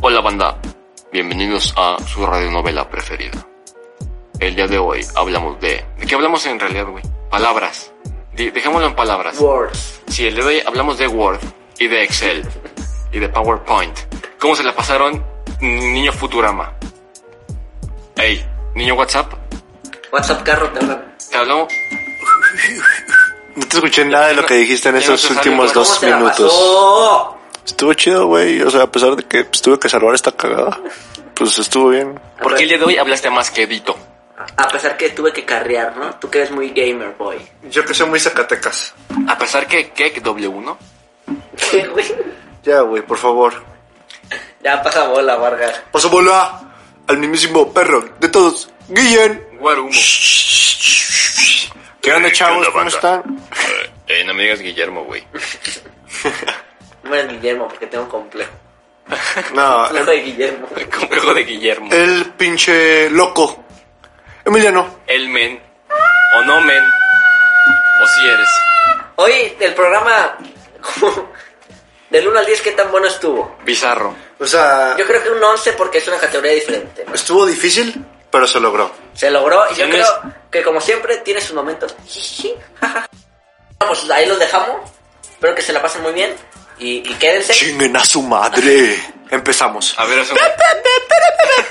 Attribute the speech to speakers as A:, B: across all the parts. A: Hola banda, bienvenidos a su radionovela preferida. El día de hoy hablamos de... ¿De qué hablamos en realidad, güey? Palabras. Di- dejémoslo en palabras.
B: Words.
A: Sí, el día de hoy hablamos de Word y de Excel y de PowerPoint. ¿Cómo se la pasaron niño Futurama? Ey, niño WhatsApp,
B: WhatsApp carro te hablan.
A: te hablamos...
C: No te escuché nada de lo que dijiste en
A: Ya no
C: estos
A: se sabe,
C: últimos
A: ¿cómo
C: dos
B: se la
C: minutos.
B: pasó?
C: Estuvo chido, güey. O sea, a pesar de que pues, tuve que salvar esta cagada, pues estuvo bien.
A: ¿Por qué el día de hoy hablaste más que Dito?
B: A pesar que tuve que carrear, ¿no? Tú que eres muy gamer boy.
C: Yo que soy muy Zacatecas.
A: A pesar que Kek W1
B: ¿Qué, güey?
C: Ya, güey, por favor.
B: Ya pasa bola, Vargas.
C: Paso bola al mismísimo perro de todos, Guillén.
A: Guarumo.
C: ¿Qué onda, chavos?
A: onda,
C: ¿Cómo
A: banda?
C: están?
A: Eh, no me digas Guillermo, güey.
B: No eres Guillermo porque tengo un complejo.
C: No,
B: Complejo de Guillermo.
A: El complejo de Guillermo.
C: el pinche loco. Emiliano.
A: El men. O no men. O si eres.
B: Hoy el programa del 1 al 10, ¿qué tan bueno estuvo?
A: Bizarro.
C: O sea,
B: Yo creo que un 11 porque es una categoría diferente. ¿no?
C: estuvo difícil, pero se logró.
B: Se logró y yo
A: ¿Tienes?
B: creo que como siempre tiene sus momentos. Jijiji, jaja. Bueno, Pues ahí los dejamos. Espero que se la pasen muy bien y, y quédense.
C: Chinguen a su madre. Empezamos.
A: A ver, haz un-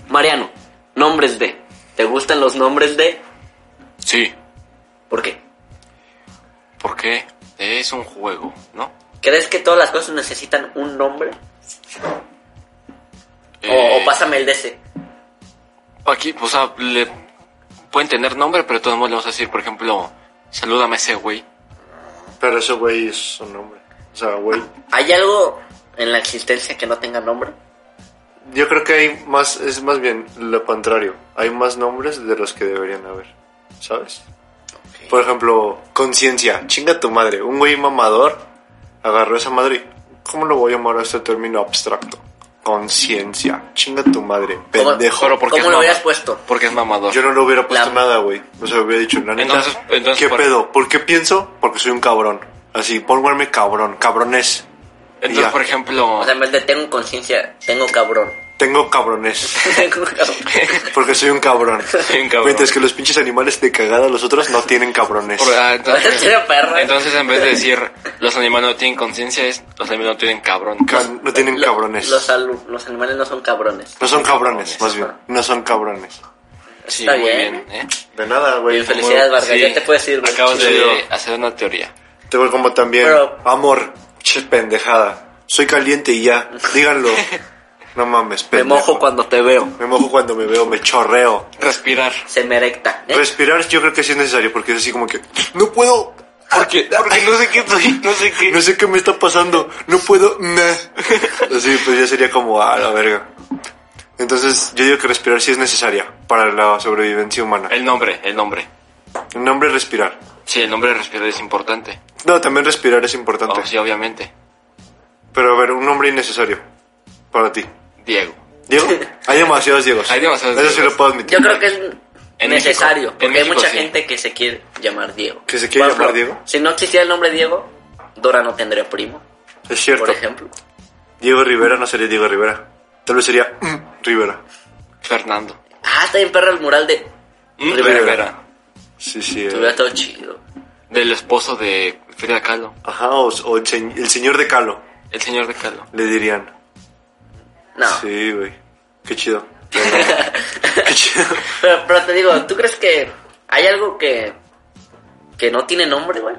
B: Mariano, nombres de. ¿Te gustan los nombres de?
A: Sí.
B: ¿Por qué?
A: ¿Por qué? Es un juego, ¿no?
B: ¿Crees que todas las cosas necesitan un nombre? O-
A: Eh,
B: O, pásame el DC.
A: Aquí, o sea, le pueden tener nombre, pero de todos modos le vamos a decir, por ejemplo, salúdame a ese güey.
C: Pero ese güey es un hombre. O sea, güey.
B: ¿Hay algo en la existencia que no tenga nombre?
C: Yo creo que hay más, es más bien lo contrario. Hay más nombres de los que deberían haber, ¿sabes? Por ejemplo, conciencia, chinga tu madre. Un güey mamador agarró esa madre. y, ¿Cómo lo voy a llamar a este término abstracto? Conciencia, chinga tu madre, pendejo.
A: Pero ¿por qué
B: ¿Cómo
A: es
B: lo
A: mama-
B: hubieras puesto?
A: Porque es mamador.
C: Yo no lo hubiera puesto
B: La-
C: nada, güey. O sea, hubiera dicho, la neta,
A: Entonces- entonces,
C: ¿qué
A: por-
C: pedo? ¿Por qué pienso? Porque soy un cabrón. Así, póngame cabrón, cabrones.
A: Entonces,
C: Ya.
A: por ejemplo,
B: O sea, en vez de tengo conciencia, tengo cabrón.
C: Tengo cabrones.
B: Tengo cabrón.
C: Porque soy un cabrón.
A: Soy un cabrón.
C: Mientras que los pinches animales de cagada, los otros no tienen cabrones.
A: por- ah, entonces,
B: Era perro, eh.
A: entonces, en vez de decir los animales no tienen conciencia, es los animales no tienen cabrón. Pues,
C: Ca- no tienen
B: Lo-
C: cabrones.
B: Los, alu- los animales no son cabrones.
C: No son cabrones, más bien.
B: Ajá.
C: No son cabrones.
A: Sí,
B: Está
A: muy
B: bien.
A: bien, ¿eh?
C: De nada, güey.
B: Felicidades, Vargas.
A: Sí,
B: Ya te puedes ir. güey.
A: Acabas
C: Sí,
A: de
C: yo.
A: hacer una teoría.
C: Te voy como también.
B: Pero-
C: Amor, che pendejada. Soy caliente y ya. Díganlo. No mames,
B: Me
C: pendejo.
B: mojo cuando te veo.
C: Me mojo cuando me veo, me chorreo.
A: Respirar.
B: Se me erecta. ¿eh?
C: Respirar yo creo que sí es necesario porque es así como que... No puedo...
A: Porque, porque no sé qué estoy, no sé qué.
C: No sé qué me está pasando. No puedo... nah. Así pues ya sería como a la verga. Entonces yo digo que respirar sí es necesaria para la sobrevivencia humana.
A: El nombre, el nombre.
C: El nombre es respirar.
A: Sí, el nombre de respirar es importante.
C: No, también respirar es importante.
A: Oh, sí, obviamente.
C: Pero a ver, un nombre innecesario para ti.
A: Diego.
C: Diego, hay demasiados Diegos.
A: Hay demasiados
C: Eso sí
A: Diegos.
C: lo puedo admitir.
B: Yo creo que es
A: En
B: necesario.
A: México- en
B: porque
A: México,
B: hay mucha
A: sí.
B: gente que se quiere llamar Diego.
C: ¿Que se quiere
B: Por
C: llamar
B: ejemplo,
C: Diego?
B: Si no existiera el nombre Diego, Dora no tendría primo.
C: Es cierto.
B: Por ejemplo.
C: Diego Rivera no sería Diego Rivera. Tal vez sería mm, Rivera.
A: Fernando.
B: Ah, está bien perro el mural de.
A: Mm,
C: Rivera.
A: Rivera.
C: Sí, sí. eh.
B: Te hubiera todo chido.
A: Del esposo de Frida Kahlo.
C: Ajá, o, o el, señ- el señor de Calo,
A: El señor de Kahlo.
C: le dirían.
B: No.
C: Sí, güey. Qué chido. Qué chido.
B: Pero, pero te digo, ¿tú crees que hay algo que. que no tiene nombre, güey?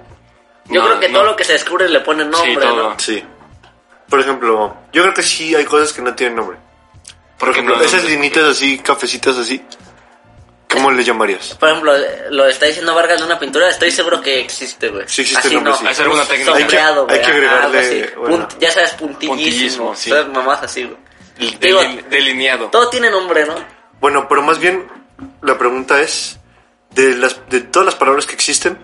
B: Yo
A: No,
B: creo que
A: no.
B: todo lo que se descubre le pone nombre,
A: sí,
B: ¿no?
A: todo.
C: Sí. Por ejemplo, yo creo que sí hay cosas que no tienen nombre. Por
A: Porque
C: ejemplo,
A: no-
C: esas linitas así, cafecitas así. ¿Cómo le llamarías?
B: Por ejemplo, lo está diciendo Vargas de una pintura, estoy seguro que existe, güey.
C: Sí existe
B: Así
C: el nombre,
B: no.
C: sí.
A: Hacer alguna técnica.
C: Hay que-
B: Sombreado, güey.
C: hay que
B: ajá, algo
C: agregarle,
B: así.
C: bueno.
B: Punt- ya sabes, puntillismo.
A: Puntillismo, sí.
B: Esas mamás así, güey.
A: Del-
B: Digo,
A: delineado.
B: todo tiene nombre, ¿no?
C: Bueno, pero más bien la pregunta es, de, las, de todas las palabras que existen,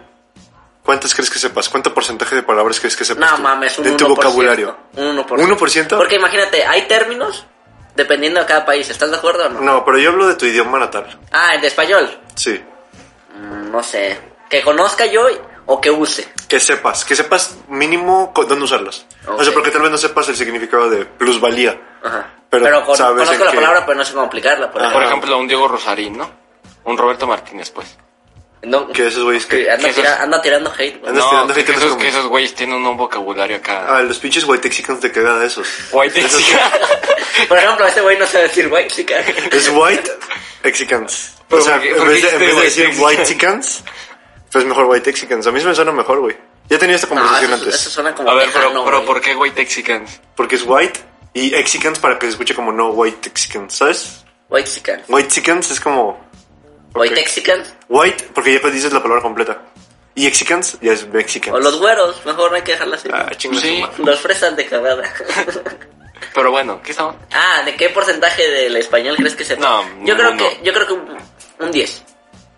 C: ¿cuántas crees que sepas? ¿Cuánto porcentaje de palabras crees que sepas?
B: No
C: tú?
B: mames, un
C: Este, De
B: 1%.
C: tu vocabulario.
B: Un 1%.
C: 1%.
B: Porque imagínate, hay términos dependiendo de cada país. ¿Estás de acuerdo o no?
C: No, pero yo hablo de tu idioma natal.
B: Ah, el de español.
C: Sí.
B: no sé, que conozca yo o que use.
C: Que sepas, que sepas mínimo con- dónde usarlas. O
B: Ok.
C: sea, porque tal vez no sepas el significado de plusvalía.
B: Ajá. Pero,
C: Pero
B: con-
C: sabes
B: conozco
C: en
B: la
C: qué-
B: palabra, pero no sé cómo aplicarla. Por
C: Ajá.
A: Por
B: ejemplo.
A: ejemplo, un Diego Rosarín, ¿no? Un Roberto Martínez, pues.
B: No,
C: Que esos güeyes que-
B: que anda,
A: que esos-
B: tira- anda tirando hate. güey.
C: Andas
A: No,
C: tirando
A: que,
C: gente a los
A: esos,
C: hombres.
A: que esos güeyes tienen un vocabulario acá.
C: Ah, los pinches white texicanos te cagan esos.
A: Guay, te-
B: Por ejemplo, este güey no sabe decir güey, chica.
C: Es white texicans.
A: Pero
C: o sea,
A: ¿por qué-
C: en
A: por qué
C: vez, de, en
B: este
A: dijiste
C: vez de
A: white
C: decir
A: texicans?
C: white texicans, pues mejor white texicans. A mí me suena mejor, güey. Ya tenía esta
B: No,
C: conversación
B: Ah, eso,
C: antes.
B: eso suena como.
A: A ver, pero,
B: tejano,
A: pero
B: güey.
A: ¿por qué güey Texicans?
C: Porque es white y exicans para que se escuche como no white texicans, ¿sabes?
B: White chican.
C: White texicans es como
B: White
C: Ok.
B: texican.
C: white porque ya pues dices la palabra completa. Y exicans ya es mexicans.
B: O los güeros, mejor hay que dejarla así.
C: Ah, chinga
A: Sí.
C: su madre.
B: Los fresas de cagada.
A: Pero bueno, ¿qué estaba?
B: ah, ¿de qué porcentaje del español crees que se
A: No,
B: yo creo
A: ninguno.
B: que Yo creo que un, un 10.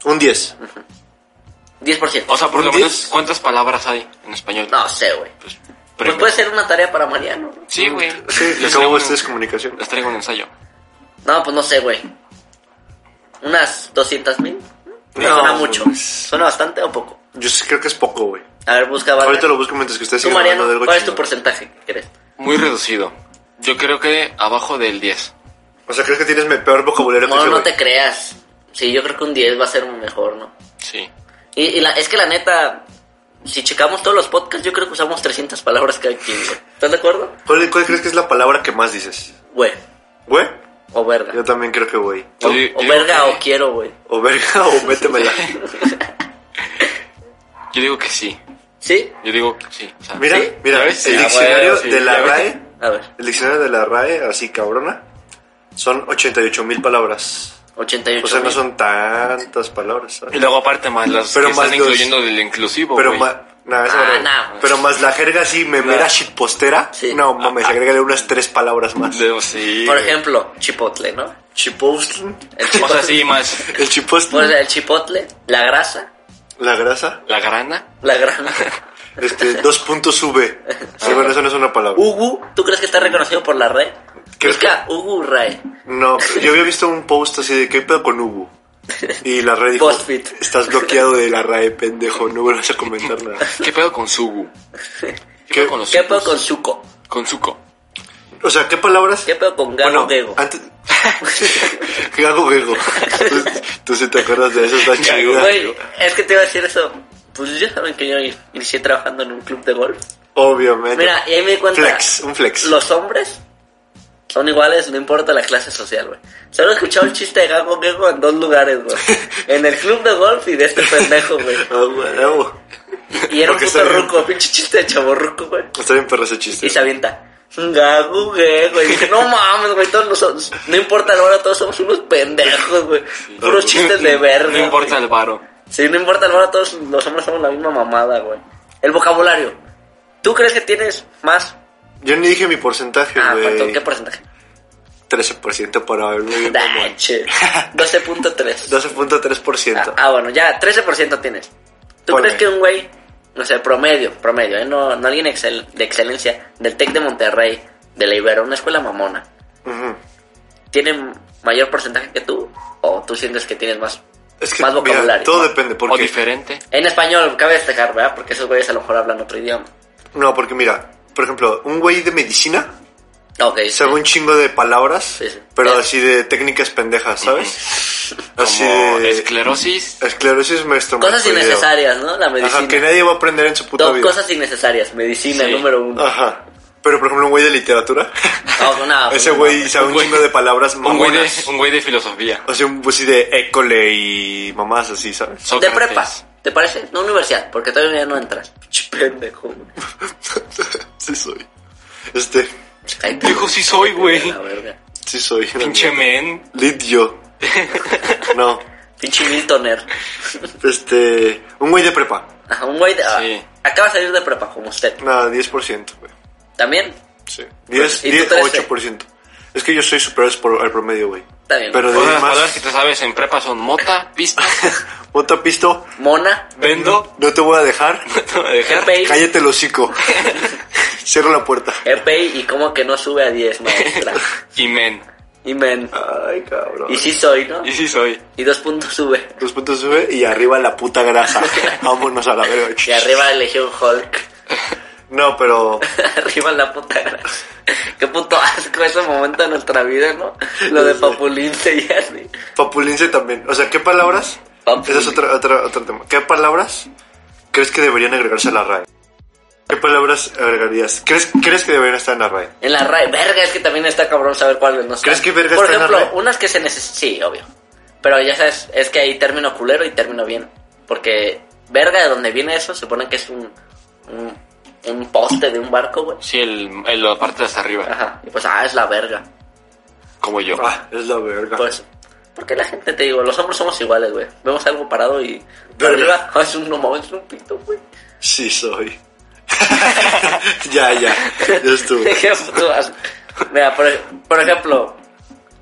C: Un 10.
B: 10%.
A: O sea, por
C: ¿Un
A: lo menos,
C: diez?
A: ¿cuántas palabras hay en español?
B: no sé, güey.
A: Pues,
B: Pues
A: premio.
B: puede ser una tarea para Mariano. ¿no?
A: Sí, güey.
C: Sí, y
A: Les
C: acabo
A: traigo
C: esta
A: un-
C: descomunicación.
A: Les traigo un ensayo.
B: No, pues no sé, güey. Unas 200 mil. No,
C: No,
B: suena mucho.
C: pues.
B: ¿Suena bastante o poco?
C: Yo sí creo que es poco, güey.
B: A ver, busca. Wagner.
C: Ahorita lo busco mientras que ustedes
B: Tú,
C: siguen
B: Mariano,
C: hablando de algo
B: ¿cuál es tu
C: chingón.
B: porcentaje? ¿Qué crees?
A: Muy reducido. Yo creo que abajo del 10.
C: O sea, ¿crees que tienes mi peor vocabulario que
B: No,
C: ese,
B: no
C: güey?
B: te creas. Sí, yo creo que un 10 va a ser mejor, ¿no?
A: Sí.
B: Y, y la- es que la neta, si checamos todos los podcasts, yo creo que usamos 300 palabras cada quien, güey. ¿Estás de acuerdo?
C: ¿Cuál, cuál crees que es la palabra que más dices?
B: Güey,
C: ¿Güey?
B: o verga.
C: Yo también creo que güey.
A: Yo
B: O,
A: digo- yo
B: o
A: digo
B: verga
A: que-
B: o quiero, güey.
C: O verga o métemela.
A: Yo digo que sí.
B: ¿Sí?
A: Yo digo que sí. o sea,
C: Mira,
B: ¿Sí?
A: Ya
C: mira,
A: ves,
C: el
A: sí.
C: diccionario
A: Ah, bueno, sí.
C: de la
A: Ya ves.
C: RAE,
B: A ver,
C: el diccionario de la RAE, así cabrona, son 88 mil palabras.
B: 88.
C: O sea, no
B: mil.
C: son tantas palabras,
A: Y
C: ¿sabes?
A: luego aparte más las
C: Pero
A: que
C: más
A: están
C: los-
A: incluyendo del inclusivo,
C: Pero
A: güey.
C: más, nada, esa
B: Ah,
C: no.
B: nah.
C: pero más la jerga así memera
A: Nah.
C: shitpostera.
B: Sí. Ah,
C: No mames, agrégale unas tres palabras más.
A: De- sí.
B: Por
A: güey.
B: ejemplo, chipotle, ¿no?
C: Chipostl,
B: El
A: O sea,
B: chipotle,
A: sí, más
C: el chipostl,
B: pues, el chipotle la grasa,
C: la grasa,
A: la grana.
B: la grana.
C: este, dos puntos V. Sí, bueno, eso no es una palabra.
B: Ugu, ¿tú crees que está reconocido por la red?
C: ¿Crees que-
B: Busca Ugu Rae.
C: No, yo había visto un post así de qué pedo con Ubu. Y la RAE dijo,
B: Postfit.
C: estás bloqueado de la RAE, pendejo, no vuelvas a comentar nada.
A: ¿Qué pedo con Sugu? ¿Qué,
C: ¿Qué-
A: pedo con los
B: ¿Qué
C: pues
B: pedo
A: sucos?
B: con Zuko?
A: Con Zuko.
C: O sea, ¿qué palabras?
B: ¿Qué pedo con Gano Gego?
C: antes... Gago Gego. Tú, tú sí te acuerdas de eso, está chido.
B: Güey, es que te iba a decir eso. Pues ya saben que yo inicié trabajando en un club de golf.
C: Obviamente.
B: Mira, y ahí me di cuenta.
C: Flex, un flex.
B: Los hombres son iguales, no importa la clase social, güey. Solo he escuchado el chiste de Gago Gego en dos lugares, güey. En el club de golf y de este pendejo, güey.
C: Ah, huevo.
B: Y era un
C: Porque
B: puto
C: está bien.
B: ruco, pinche chiste de chaborruco, güey.
C: Está bien perro ese chiste.
B: Y se avienta. Gago Gego. Y dije, no mames, güey, todos nosotros, no importa la hora, todos somos unos pendejos, güey. Puros chistes de verga.
A: No importa el varo.
B: Sí, no importa, ahora todos los hombres somos la misma mamada, güey. El vocabulario. ¿Tú crees que tienes más?
C: Yo ni dije mi porcentaje,
B: Ah,
C: güey.
B: ¿cuánto? ¿Qué porcentaje?
C: 13% para verme bien mamón.
B: Ah, che, 12.3.
C: 12.3%.
B: Ah, ah, bueno, ya, 13% tienes. ¿Tú
C: Ponle.
B: crees que un güey, no sé, promedio, promedio, eh, no, no alguien excel- de excelencia, del TEC de Monterrey, de la Ibero, una escuela mamona,
C: Ujú.
B: tiene mayor porcentaje que tú? ¿O tú sientes que tienes más,
C: Es que,
B: más
C: mira,
B: vocabulario?
C: todo depende,
A: O
C: porque...
A: diferente.
B: En español, cabe destacar, ¿verdad? Porque esos güeyes a lo mejor hablan otro idioma.
C: No, porque mira, por ejemplo, un güey de medicina
B: Ok. sí.
C: sabe un chingo de palabras,
B: Sí, sí.
C: pero
B: Eh.
C: así de técnicas pendejas, ¿sabes? Así
A: Como
C: de
A: esclerosis.
C: esclerosis maestro.
B: Cosas innecesarias, ¿no? La medicina.
C: Ajá, que nadie va a aprender en su puta
B: Dos
C: vida. Ah.
B: cosas innecesarias. Medicina,
A: Sí.
B: número uno.
C: Ajá. Pero por ejemplo, un güey de literatura,
B: No, no,
C: ese
B: no,
C: güey sabe un
A: güey-
C: chingo de palabras
A: Un güey, de,
C: mamonas.
A: un güey de filosofía.
C: O sea, un pues, así de école y mamás así, ¿sabes?
B: De
A: Sócrates.
B: prepa, ¿te parece? No universidad, porque todavía ya no entras. Pinche Pendejo. güey.
C: Sí soy. Este,
B: Ay,
A: Dijo, sí soy, güey.
B: La verga.
C: sí soy.
A: Pinche men.
C: Lidio. No.
B: Pinche Miltoner.
C: Este, un güey de prepa.
B: Ajá, un güey de. ah,
A: Sí.
B: acaba de salir de prepa, como usted.
C: Nada, 10%, güey.
B: ¿También?
C: Sí. 10,
B: ¿Y tú
C: 10
B: 13?
C: 8%. Es que yo soy superior por- al promedio, güey.
B: Está bien.
C: Pero de
A: Todas
C: ahí
A: las palabras que
C: más,
A: te sabes en prepa son mota, pista,
C: otra pisto,
B: Mona.
A: vendo,
C: no te voy a dejar.
A: no me dejar.
B: EPI.
C: Cállate el hocico. Cierra la puerta.
B: EPI y como que no sube a 10, maestra.
A: y men.
B: Y men.
C: Ay, cabrón.
B: Y sí soy, ¿no?
A: Y sí soy.
B: Y dos puntos sube.
C: Dos puntos sube y arriba la puta grasa. Vámonos a la verga.
B: Y arriba la Legión Hulk.
C: No, pero
B: arriba la puta grasa. Qué puto asco ese momento de nuestra vida, ¿no? Lo de Papulince y así.
C: papulince también. O sea, ¿qué palabras?
B: Papulín.
C: Ese es otro, otro, otro tema. ¿Qué palabras crees que deberían agregarse a la RAE? ¿Qué palabras agregarías? ¿Crees, crees que deberían estar en la RAE?
B: En la RAE, verga, es que también está cabrón saber cuáles no están.
C: ¿Crees que verga
B: Por
C: está en la
B: ejemplo,
C: RAE?
B: unas que se necesitan, sí, obvio. Pero ya sabes, es que hay término culero y término bien. Porque verga de donde viene eso, se supone que es un, un, un poste de un barco, güey.
A: Sí, el, el- la parte de hasta arriba,
B: Ajá. Y pues, ah, es la verga.
A: como yo.
C: Ah, es la verga.
B: Por eso. Porque la gente, te digo, los hombres somos iguales, güey. Vemos algo parado y...
C: Verga.
B: Arriba, es un no es un pito, güey.
C: Sí, soy. ya, ya. Ya estuvo.
B: Ejemplo, as- Mira, por, por ejemplo,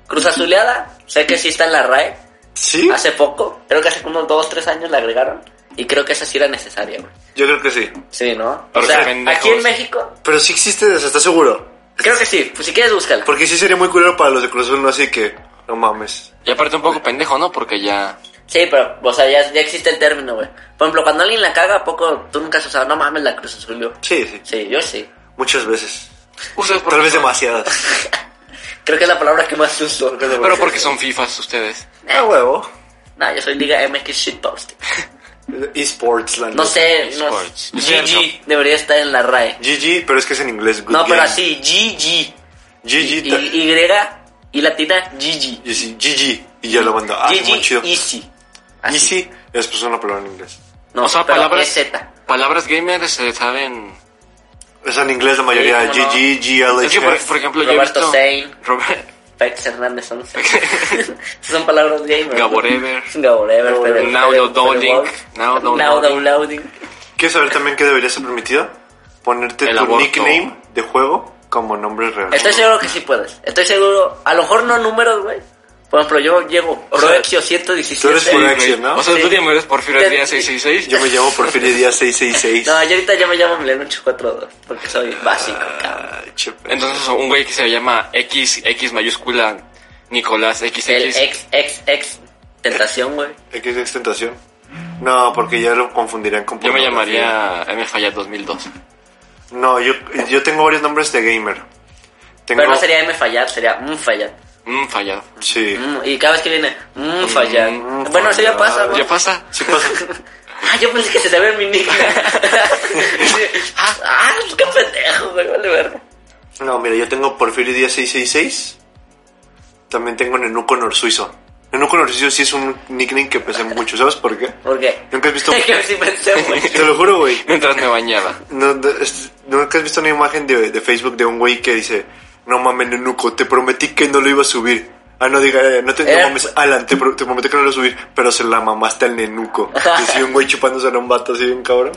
B: Cruz Azuleada, sé que sí está en la RAE.
C: ¿Sí?
B: Hace poco, creo que hace como unos 2-3 años la agregaron. Y creo que esa sí era necesaria, güey.
C: Yo creo que sí.
B: Sí, ¿no? O
A: Porque
B: sea,
A: pendejos.
B: aquí en México,
C: Pero sí existe, o sea, ¿estás seguro?
B: creo que sí. Pues si quieres, búscala.
C: Porque sí sería muy culero para los de Cruz Azul, no así que... No mames.
A: Y aparte un poco pendejo, ¿no? Porque ya...
B: Sí, pero, o sea, ya, ya existe el término, güey. Por ejemplo, cuando alguien la caga, ¿a poco tú nunca has usado, no mames, la Cruz Azul, yo?
C: Sí, sí.
B: Sí, yo sí.
C: Muchas veces.
A: Ustedes porque
C: Tal vez
A: son-
C: demasiadas.
B: Creo que es la palabra que más uso. "Eh,
A: Pero porque son FIFAs ustedes.
C: Ah, huevo.
B: No, yo soy Liga MX Shitposting.
C: Esports, la
B: No
C: neta.
B: sé, no
A: Esports.
B: GG debería estar en la RAE.
C: GG, pero es que es en inglés. good
B: No, pero
C: game.
B: así, GG.
C: GG.
B: Y,
C: ta-
B: y, y latina, GG.
C: Y así, GG. Y ya lo mando. Ah, muy chido.
B: GG, easy. Así.
C: Easy. Y después una palabra en inglés.
B: No,
A: o sea,
B: pero
A: palabras...
B: es Z.
A: Palabras gamers se saben...
C: Es en inglés la mayoría.
B: Sí, cómo no.
C: GG,
A: Es que, por, por
C: GLH.
A: ejemplo,
B: Roberto
A: yo he visto...
B: Sein.
A: Robert...
B: Fex Hernández son. son palabras gamers.
A: Gaborever.
B: Gaborever.
C: Now
B: Fede-
A: now
B: Fede-
A: downloading.
B: Fede-
A: Now
B: Now
A: downloading.
B: downloading.
C: ¿Quieres saber también qué debería ser permitido? Ponerte
A: El
C: tu
A: aborto.
C: nickname de juego como nombre real.
B: Estoy seguro que sí puedes. Estoy seguro. A lo mejor no números, güey. Por ejemplo, yo llego
A: sea,
B: Proexio
C: tú eres por
B: 117.
C: acción, ¿no?
A: O sea, tú
B: Sí.
A: te mueres Porfirio
B: Te-
A: Díaz 666.
C: Yo me llamo Porfirio Díaz 666.
B: No, yo ahorita ya me llamo Mileno 842 porque soy básico, cabrón.
C: Ah, che, pe-
A: Entonces un güey que se llama X, X mayúscula, Nicolás XX.
B: El ex, ex, ex tentación, güey.
C: X es tentación. No, porque ya lo confundirían con
A: Yo me
C: pornografía.
A: llamaría M Fallat 2002.
C: No, yo, yo tengo varios nombres de gamer. Tengo...
B: Pero no sería M fallar, sería M fallar.
A: Mmm, fallado.
C: Sí.
B: Mm, y cada vez que viene, mmm, fallar.
C: mm,
B: bueno, eso ya
C: fallar.
B: pasa, güey.
A: ¿Ya pasa?
C: Sí pasa.
B: Ah, yo pensé que se sabía mi nick. ah, ah, qué pendejo, güey, vale verga.
C: No, mira, yo tengo Porfirio Díaz 666. También tengo Nenuco Nor Suizo. Nenuco Nor Suizo sí es un nickname que pensé mucho, ¿sabes por qué?
B: ¿Por qué?
C: ¿Nunca has visto?
B: que sí pensé, güey.
C: Te lo juro, güey.
A: Mientras me bañaba.
C: No, no, es- ¿Nunca has visto una imagen de, de Facebook de un güey que dice: No mames, Nenuco, te prometí que no lo iba a subir? Ah, no, diga, eh, no te no
B: Era-
C: mames, Alan, te, pro- te prometí que no lo iba a subir, pero se la mamaste al Nenuco. Y sí, un güey chupándose a un vato así bien cabrón.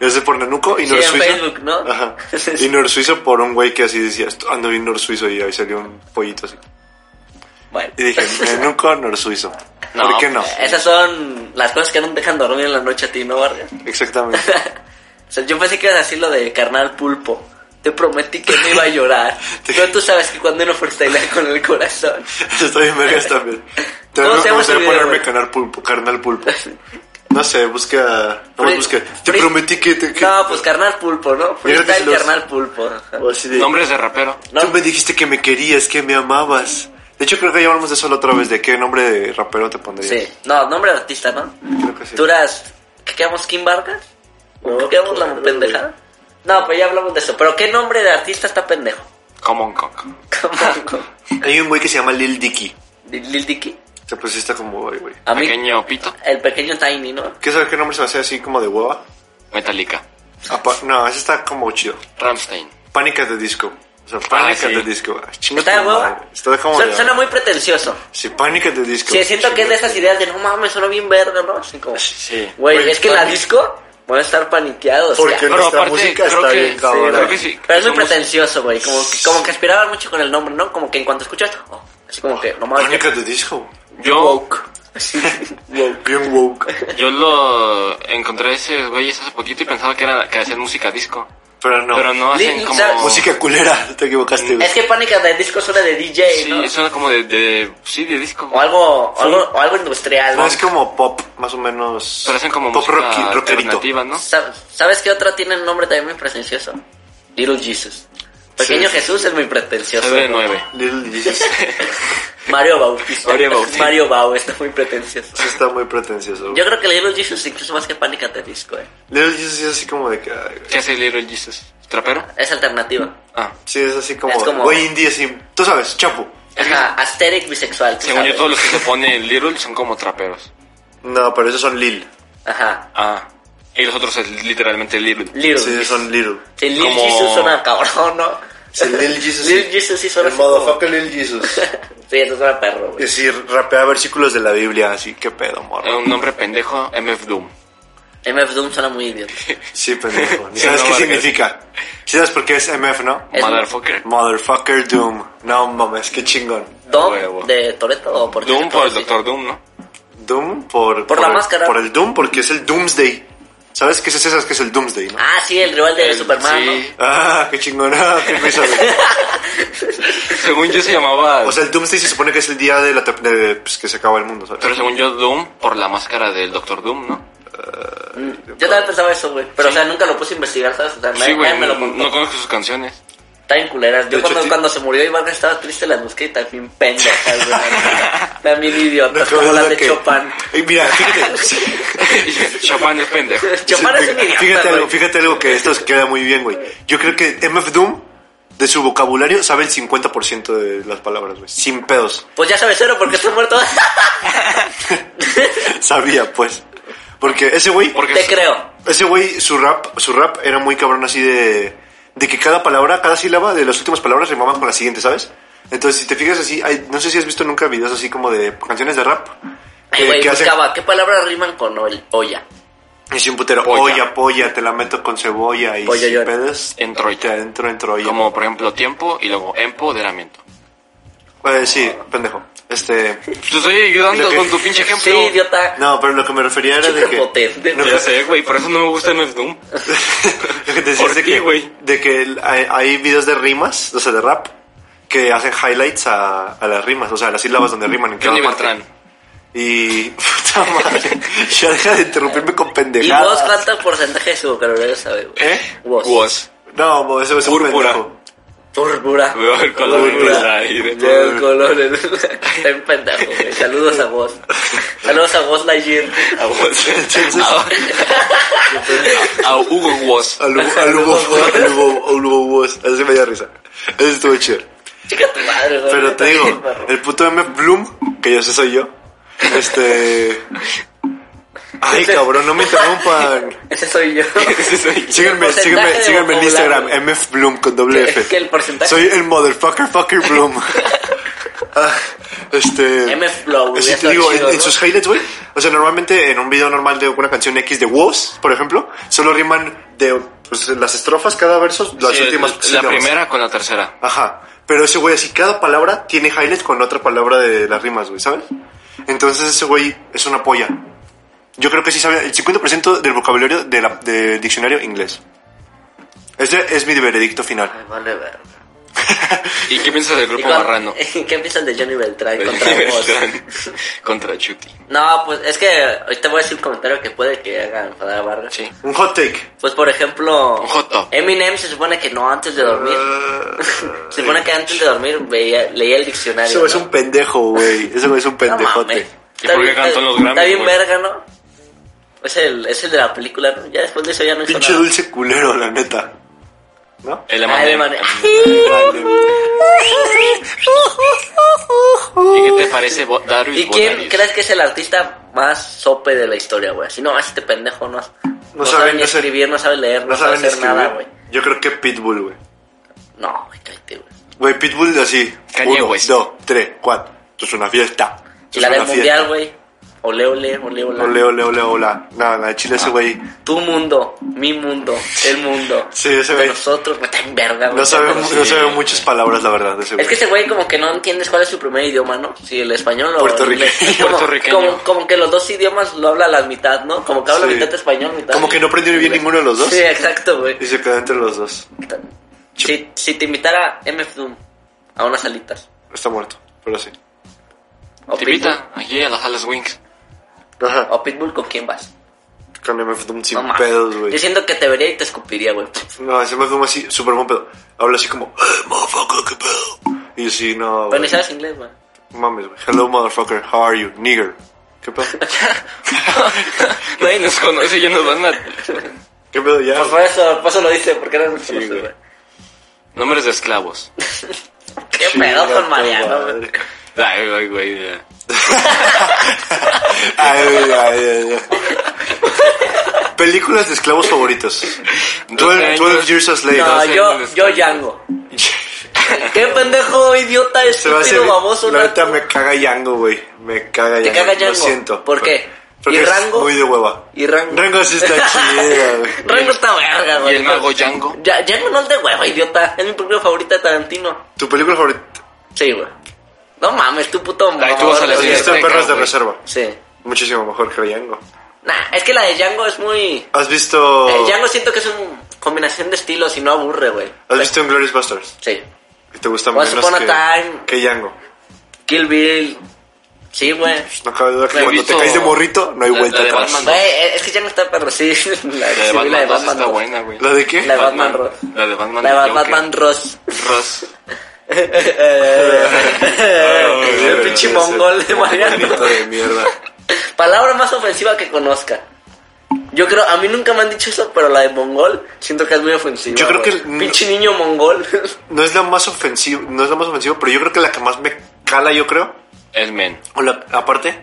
C: Ese por Nenuco y
B: Sí,
C: Nor
B: en
C: Suizo.
B: Facebook, ¿no?
C: Ajá. Y Nor Suizo por un güey que así decía: "Est- Ando bien Nor Suizo y ahí salió un pollito así.
B: Bueno.
C: Y dije: Nenuco, Nor Suizo.
A: No,
C: ¿Por qué no?
B: Esas son las cosas que no te dejan dormir en la noche a ti, ¿no, Vargas?
C: Exactamente.
B: O sea, yo pensé que ibas a decir lo de carnal pulpo. Te prometí que no iba a llorar. Pero tú sabes que cuando uno freestyle con el corazón.
C: Estoy en vergas también. También
B: ¿Cómo se
C: me
B: llama ese
C: gustaría
B: video,
C: ponerme
B: güey?
C: carnal pulpo, carnal pulpo. No sé, busca. No
B: Fre-
C: busca. Te
B: fre-
C: prometí pues que te. que-
B: No, pues carnal pulpo, ¿no?
C: creo que sí
B: Freestyle
C: los-
B: carnal pulpo. ajá.
C: o así de,
A: Nombres de rapero.
B: No,
C: Tú me dijiste que me querías, que me amabas. De hecho, creo que ya hablamos de eso la otra vez. ¿De qué nombre de rapero te pondrías?
B: sí. No, nombre de artista, ¿no?
C: Creo que sí.
B: Tú eras... ¿Qué quedamos, Kim Vargas?
C: No,
B: ¿Qué quedamos, la
C: claro,
B: pendejada? No, pues ya hablamos de eso. Pero ¿qué nombre de artista está pendejo?
A: Common Cock.
B: Como-
C: Hay un güey que se llama Lil Dicky.
B: Lil Dicky.
C: Te pusiste como güey, güey.
B: A mí,
A: Pequeño pito.
B: el pequeño Tiny, ¿no?
C: ¿Qué sabes qué nombre se me hace así como de hueva?
A: Metallica.
C: Apa- no, ese está como chido.
A: Ramstein.
C: Pánicas de disco. O sea, pánicas
A: sí.
C: de disco. Ah, chinga
B: ¿Está
C: tu
B: de hueva?
C: madre. Está como
B: Su-
C: de-
B: Suena muy pretencioso.
C: Sí, pánicas de disco.
B: Sí, siento que es de esas ideas de no mames, suena bien verga, ¿no? Así como, güey, es que la disco van a estar paniqueados.
C: ¿Por
B: ya.
C: qué?
A: Pero
C: Nuestra
A: aparte,
C: música
A: creo
C: está
A: que,
C: bien cabrona.
A: creo que sí.
B: Pero es muy
A: somos-
B: pretencioso, güey. Como, que- como que aspiraban mucho con el nombre, ¿no? Como que en cuanto escuchas, oh, así como que, no mames.
C: Pánicas de disco.
A: Yo,
C: Bien woke.
A: yo lo encontré a esos güeyes hace poquito y pensaba que, era, que hacían música disco.
C: Pero no.
A: Pero no hacen
B: Li-
A: como.
B: ¿sabes?
C: Música culera, te equivocaste, güey.
B: Es que Pánica de Disco suena de DJ,
A: Sí,
B: ¿no?
A: suena como de, de. Sí, de disco.
B: O algo, o algo, o algo industrial.
C: No,
B: ¿no?
C: Pues es como pop, más o menos.
A: Pero hacen como
C: pop
A: música
C: rocki- rockerito.
A: alternativa, ¿no?
B: Sa- ¿Sabes qué otra tiene un nombre también muy pretencioso? Little Jesus. Pequeño
C: Sí.
B: Jesús es muy pretencioso.
A: Se ve de nueve.
C: Little Jesus
B: Mario Bautista.
A: Mario Bautista.
B: Mario Bau está muy pretencioso.
C: está muy pretencioso. güey.
B: Yo creo que Little Jesus incluso más que Pánica de Disco, eh.
C: Little Jesus es así como de que. ay, güey.
A: ¿Qué hace Little Jesus? ¿Trapero?
B: Es alternativa.
A: Ah.
C: Sí, es así como.
B: Es como-
C: Güey indie, así. Tú sabes, chapu.
B: Ajá, asteric bisexual. tú
A: Según yo,
B: sabes.
A: todos los que se ponen Little son como traperos.
C: No, pero esos son Lil.
B: Ajá.
A: Ah. Y los otros es literalmente Little.
B: Little
C: Sí,
B: Jesus.
C: esos son Little.
B: Sí, Little
A: como-
B: Jesus suena cabrón, ¿no?
C: Sí, Lil Jesus.
B: Little Jesus sí suena
C: El
B: así como-
C: motherfucker Lil Jesus.
B: Sí, eso suena perro,
C: Y
B: güey.
C: si rapea versículos de la Biblia, así, qué pedo, morro.
A: Un nombre pendejo, MF Doom.
B: MF Doom suena muy idiota.
C: Sí, pendejo. Ni
A: Sí,
C: ¿Sabes
A: no
C: qué
A: marcas.
C: significa? Sí, ¿Sabes por qué es MF, no?
B: Es-
A: Motherfucker.
C: Motherfucker Doom. No mames, qué chingón.
B: ¿Dom
A: Huevo.
B: de Toreto o por
A: Doom
B: Toretto?
A: por el
B: Sí.
A: Doctor Doom, ¿no?
C: Doom por,
B: Por la
C: el-
B: máscara.
C: Por el Doom, porque es el Doomsday. ¿Sabes qué es esas que es el Doomsday, no?
B: Ah, sí, el rival de
A: El-
B: Superman,
A: sí.
C: Ah, qué chingón. ah, qué risa, güey.
A: Según yo se llamaba.
C: O sea, el Doomsday se supone que es el día de la te- de, pues, que se acaba el mundo, ¿sabes?
A: pero según yo, Doom por la máscara del Doctor Doom, ¿no?
B: ¿no? Mm, Yo también pensaba eso, güey. Pero, o sea, nunca lo puse a investigar, ¿sabes? O sea, nadie-
A: Sí, güey.
B: nadie me lo
A: No,
B: contó.
A: no conozco sus canciones.
B: Está bien culeras. Yo
C: De hecho,
B: cuando,
C: sí.
B: cuando se murió Iván estaba triste, las busqué y también pendejas, güey. también idiotas,
C: Me
B: como
C: acuerdo
B: las de
C: que-
B: Chopin.
C: Ey, mira, fíjate.
A: Chopin es pendejo.
B: Chopin es un idiota,
C: fíjate
B: güey.
C: algo, fíjate algo que esto se queda muy bien, güey. Yo creo que MF Doom, de su vocabulario, sabe el 50% de las palabras, güey. Sin pedos.
B: Pues ya sabes, cero, porque está muerto.
C: Sabía, pues. Porque ese güey,
A: Porque
B: Te
A: es-
B: creo.
C: ese güey, su rap, su rap era muy cabrón así de, de que cada palabra, cada sílaba de las últimas palabras rimaban con la siguiente, ¿sabes? Entonces, si te fijas así, hay- no sé si has visto nunca videos así como de canciones de rap.
B: Ay,
C: que-
B: güey,
C: que hacen-
B: buscaba, ¿qué palabras riman con ol- olla?
C: Es un putero.
A: Polla.
C: Olla, polla, te la meto con cebolla y
B: Pollo
C: si
B: llor.
C: pedas,
A: En Troya.
C: Te entro en Troya.
A: Como por ejemplo tiempo y luego empoderamiento.
C: Eh, sí, pendejo. Este.
A: Te estoy ayudando
C: Lo que-
A: con tu pinche ejemplo.
B: Sí, idiota.
C: No, pero lo que me refería era de que.
B: Superpotente.
C: No,
A: Ya sé, güey, por eso no me gusta MF Doom.
C: Lo que te decía
A: Por
C: es de
A: ti,
C: que,
A: güey.
C: de que el- hay, hay videos de rimas, o sea, de rap, que hacen highlights a, a las rimas, o sea, a las sílabas donde riman en cada
A: Johnny
C: parte.
A: Beltrán.
C: Y. Puta madre. ya deja de interrumpirme con
B: ¿Y vos
C: pendejadas.
B: cuánto porcentaje de su vocabulario sabes, güey?
C: ¿Eh?
B: Vos.
A: Was.
C: No, bo, ese es un
A: Púrpura.
C: pendejo.
B: Turbura.
A: Veo el color en el aire.
B: Veo el color en el Está en pendejo, güey. Saludos a vos. Saludos a vos, Lightyear.
C: Ah,
A: A Was.
C: Entonces-
A: A- A Ah, Hugo Was.
C: Al hubo, al hubo, al hubo, al hubo voz. Así me da risa. Eso estuvo chido.
B: Chica tu madre, güey.
C: Pero te digo, el puto M. Bloom, que yo sé soy yo, este... Ay, cabrón, no me interrumpan.
B: Ese soy yo.
A: Ese soy yo.
C: Síganme,
B: porcentaje de
C: síganme, síganme en
B: vocabulario.
C: Instagram, MF Bloom con doble
B: Es que el
C: F.
B: porcentaje.
C: Soy el motherfucker fucker Bloom. Ah, Este...
B: MF Bloom, ya
C: Sí, te
B: está
C: digo,
B: chido,
C: en, en
B: ¿no?
C: sus highlights, güey. O sea, normalmente en un video normal de una canción X de Woz, por ejemplo, solo riman de pues, las estrofas cada verso, las
A: Sí,
C: últimas
A: La
C: sílabas.
A: primera con la tercera.
C: Ajá. Pero ese güey, así cada palabra tiene highlights con otra palabra de las rimas, güey, ¿sabes? Entonces ese güey es una polla. Yo creo que sí sabe el 50% del vocabulario de la- del diccionario inglés. Ese es mi veredicto final.
B: Ay, vale, verga.
A: ¿Y qué piensas del
B: ¿Y
A: grupo
B: cuán-
A: Marrano?
B: ¿Qué piensas de Johnny Beltrán contra vos?
A: Contra Chuti.
B: No, pues es que ahorita voy a decir un comentario que puede que haga enfadar a Vargas.
A: Sí.
C: Un hot take.
B: Pues por ejemplo,
A: Un hot dog.
B: Eminem se supone que no antes de dormir. Se supone que antes de dormir veía, leía el diccionario.
C: Ese güey es
B: ¿no?
C: un pendejo, güey. Ese güey es un
B: No
C: pendejote.
B: mames.
A: ¿Y por qué cantó en los Grammys,
B: Está bien
A: güey?
B: verga, ¿no? Es el, es el de la película, ¿no? Ya después de eso ya no hizo
C: Pinche
B: nada.
C: dulce culero, la neta. ¿No?
A: El
B: Ah, el
A: Amandem.
B: Eminem.
A: ¿Y qué te parece Bo- Darius
B: ¿Y quién
A: Bonaris?
B: crees que es el artista más sope de la historia, güey? Si no, este pendejo no, no, sabe,
C: saben
B: ni
C: hacer-
B: escribir, no sabe leer, no,
C: No
B: sabe
C: saben
B: hacer
C: escribir.
B: nada, güey.
C: Yo creo que Pitbull, güey.
B: No, güey, cállate, güey.
C: Güey, Pitbull así.
A: Kanye
C: uno,
A: West.
C: dos, tres, cuatro. Esto es una fiesta. Esto
B: Y
C: es
B: la del
C: una fiesta.
B: mundial, güey. Ole, ole, ole, ole.
C: Ole, ole, ole, hola. No, no, chile
B: Ah.
C: ese güey.
B: Tu mundo, mi mundo, el mundo.
C: Sí, ese
B: de
C: güey.
B: nosotros, me está en verga, güey.
C: No sabe,
B: Pero
C: mu-
B: sí.
C: no sabe muchas palabras, la verdad, de ese
B: Es que
C: güey.
B: ese güey como que no entiendes cuál es su primer idioma, ¿no? Si el español o
C: Puertorrique-
B: el inglés. Como,
A: puertorriqueño.
B: como, como que los dos idiomas lo habla a la mitad, ¿no? Como que habla
C: Sí.
B: mitad español, mitad...
C: Como que no aprendió bien ninguno de los dos.
B: Sí, exacto, güey.
C: Y se quedó entre los dos.
B: Si, si te invitara MF Doom a unas salitas.
C: Está muerto, pero sí.
B: O
A: Te
B: Pitbull,
A: invita aquí a las alas Wings.
C: Ajá.
B: o Pitbull con quién vas.
C: Con MF Doom sin
B: No más.
C: pedos, güey.
B: Yo siento que te vería y te escupiría, güey.
C: No, ese MF Doom así, súper buen pedo. Habla así como, hey, motherfucker, qué pedo. Y yo sí, no.
B: Pero ni
C: güey.
B: sabes inglés, güey.
C: Mames, güey. Hello, motherfucker, how are you, nigger. ¿Qué pedo?
A: Nadie nos conoce, ya nos van a...
C: ¿Qué pedo ya?
B: Pues por eso, por eso lo dice, porque era un
C: Sí, güey.
A: Nombres de esclavos.
B: Qué
C: Chinga
B: pedo
C: tu
B: con Mariano, güey.
C: madre.
A: Ay, güey, güey. ya.
C: Ay, ay, ay, ay. Películas de esclavos favoritos. 12, 12 Years a Slave.
B: No,
A: sé
B: yo,
A: dónde está.
B: yo Django. Qué pendejo, idiota,
C: Se va a hacer.
B: estúpido, baboso.
C: La neta
B: naco.
C: me caga Yango, güey. Me caga Yango.
B: ¿Te caga Django?
C: Lo siento.
B: ¿Por qué?
C: Porque
B: ¿Y
C: es
B: Rango?
C: muy de hueva.
B: Y Rango.
C: Rango sí está chido, güey.
B: Rango está verga,
A: Y
B: güey.
A: el mago Django.
B: Ya, Django no es de huevo, idiota. Es mi película favorita de Tarantino.
C: ¿Tu película favorita?
B: Sí, güey. No mames, tú puto
A: Ahí tú vas a la
B: güey.
A: Sí,
C: ¿Has visto
A: venga,
C: Perros de
A: güey.
C: Reserva?
B: Sí.
C: Muchísimo mejor que Yango.
B: Nah, es que la de Django es muy...
C: ¿Has visto.
B: Eh, Django siento que es una combinación de estilos y no aburre, güey.
C: ¿Has visto Inglourious Basterds?
B: Sí.
C: Que te gusta
B: Once
C: menos
B: Upon a
C: que,
B: Time.
C: que Yango.
B: Kill Bill. Sí, güey.
C: No cabe duda que
A: He
C: cuando
A: visto-
C: te caes de morrito, no hay
A: La- la
C: vuelta
A: de
C: atrás.
A: Batman.
B: Güey, eh, es que Django está perro, sí. La
A: La de
B: sí,
A: Batman
B: la de
A: 2 está
B: Ross.
A: buena, güey.
C: ¿La de qué?
B: La de Batman Ross.
A: La de Batman.
B: La de
A: Joker.
B: Batman Ross.
A: Ross.
B: El pinche mongol de Mariano.
C: Maldito eh, de mierda.
B: Palabra más ofensiva que conozca. Yo creo, a mí nunca me han dicho eso, pero la de mongol siento que es muy ofensiva.
C: Yo creo
B: güey.
C: que el-
B: Pinche niño mongol.
C: No es la más ofensiva, no es la más ofensiva, pero yo creo que la que más me cala, yo creo.
A: El men.
C: O la aparte,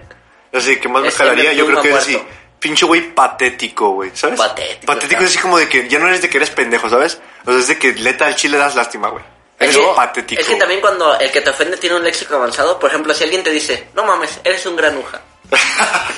C: así que más me
B: Es que
C: calaría,
B: me
C: yo creo
B: pluma
C: que es así.
B: muerto.
C: Pinche güey patético, güey, ¿sabes?
B: Patético,
C: Patético
B: claro.
C: es así como de que ya no eres de que eres pendejo, ¿sabes? O sea, es de que neta al chile das lástima, güey. Eres
B: que-
C: patético.
B: es que también cuando el que te ofende tiene un léxico avanzado, por ejemplo, si alguien te dice, no mames, eres un granuja.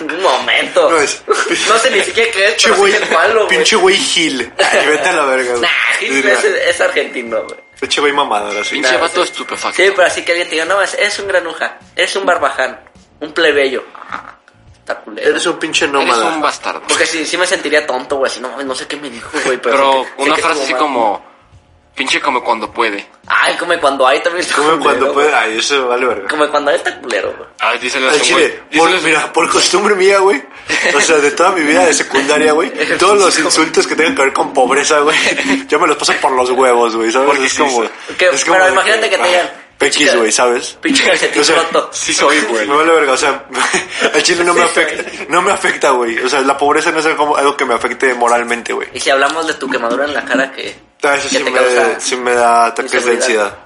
B: un momento.
C: No es.
B: No sé ni siquiera qué es,
C: Pinche
B: pero sí
C: güey,
B: es malo, güey.
C: pinche güey Gil. Ay, vete a la verga, güey.
B: Nah, Hitler
C: Diría,
B: es, es argentino, güey.
C: Pinche güey mamador, así.
A: Pinche
B: Nah,
A: vato
B: sí.
A: estupefacto.
B: Sí, pero así que alguien te diga, no mames, eres un granuja, eres un barbaján, un plebeyo. Ah, Está culero.
C: Eres un pinche
A: Eres
C: nómada.
A: un bastardo.
C: pues,
B: Porque sí, sí me sentiría tonto, güey, así, no mames, no sé qué me dijo, güey, pero...
A: Pero
B: sé que- sé
A: una
B: que
A: frase
B: estuvo
A: así
B: mal.
A: como. Pinche come cuando puede.
B: Ay, come cuando hay también está
C: Come
B: culero,
C: cuando
B: güey.
C: pueda. Ay, eso vale verga.
B: Come cuando hay está culero, güey.
A: Ay, díselo a
C: Al
A: ese
C: chile,
A: güey.
C: por,
A: Díselo a ese-
C: mira, por costumbre mía, güey. O sea, de toda mi vida de secundaria, güey. Todos los insultos que tengan que ver con pobreza, güey. Yo me los paso por los huevos, güey, ¿sabes?
A: Porque
C: es
A: sí,
C: como.
A: sí.
B: Que-
C: es como
B: pero
C: de
B: imagínate que te
C: ah,
B: digan,
C: Pequis,
B: chica-
C: güey, ¿sabes?
B: Pinche calcetín
C: O sea,
B: roto.
A: Sí soy, güey.
C: Me vale verga, o sea, al chile no me afecta, no me afecta, güey. O sea, la pobreza no es algo, algo que me afecte moralmente, güey.
B: Y si hablamos de tu quemadura en la cara que...
C: Ah, Eso
B: que
C: sí
B: te
C: me,
B: causa-
C: sí me da ataques de
B: inseguridad.
C: ansiedad.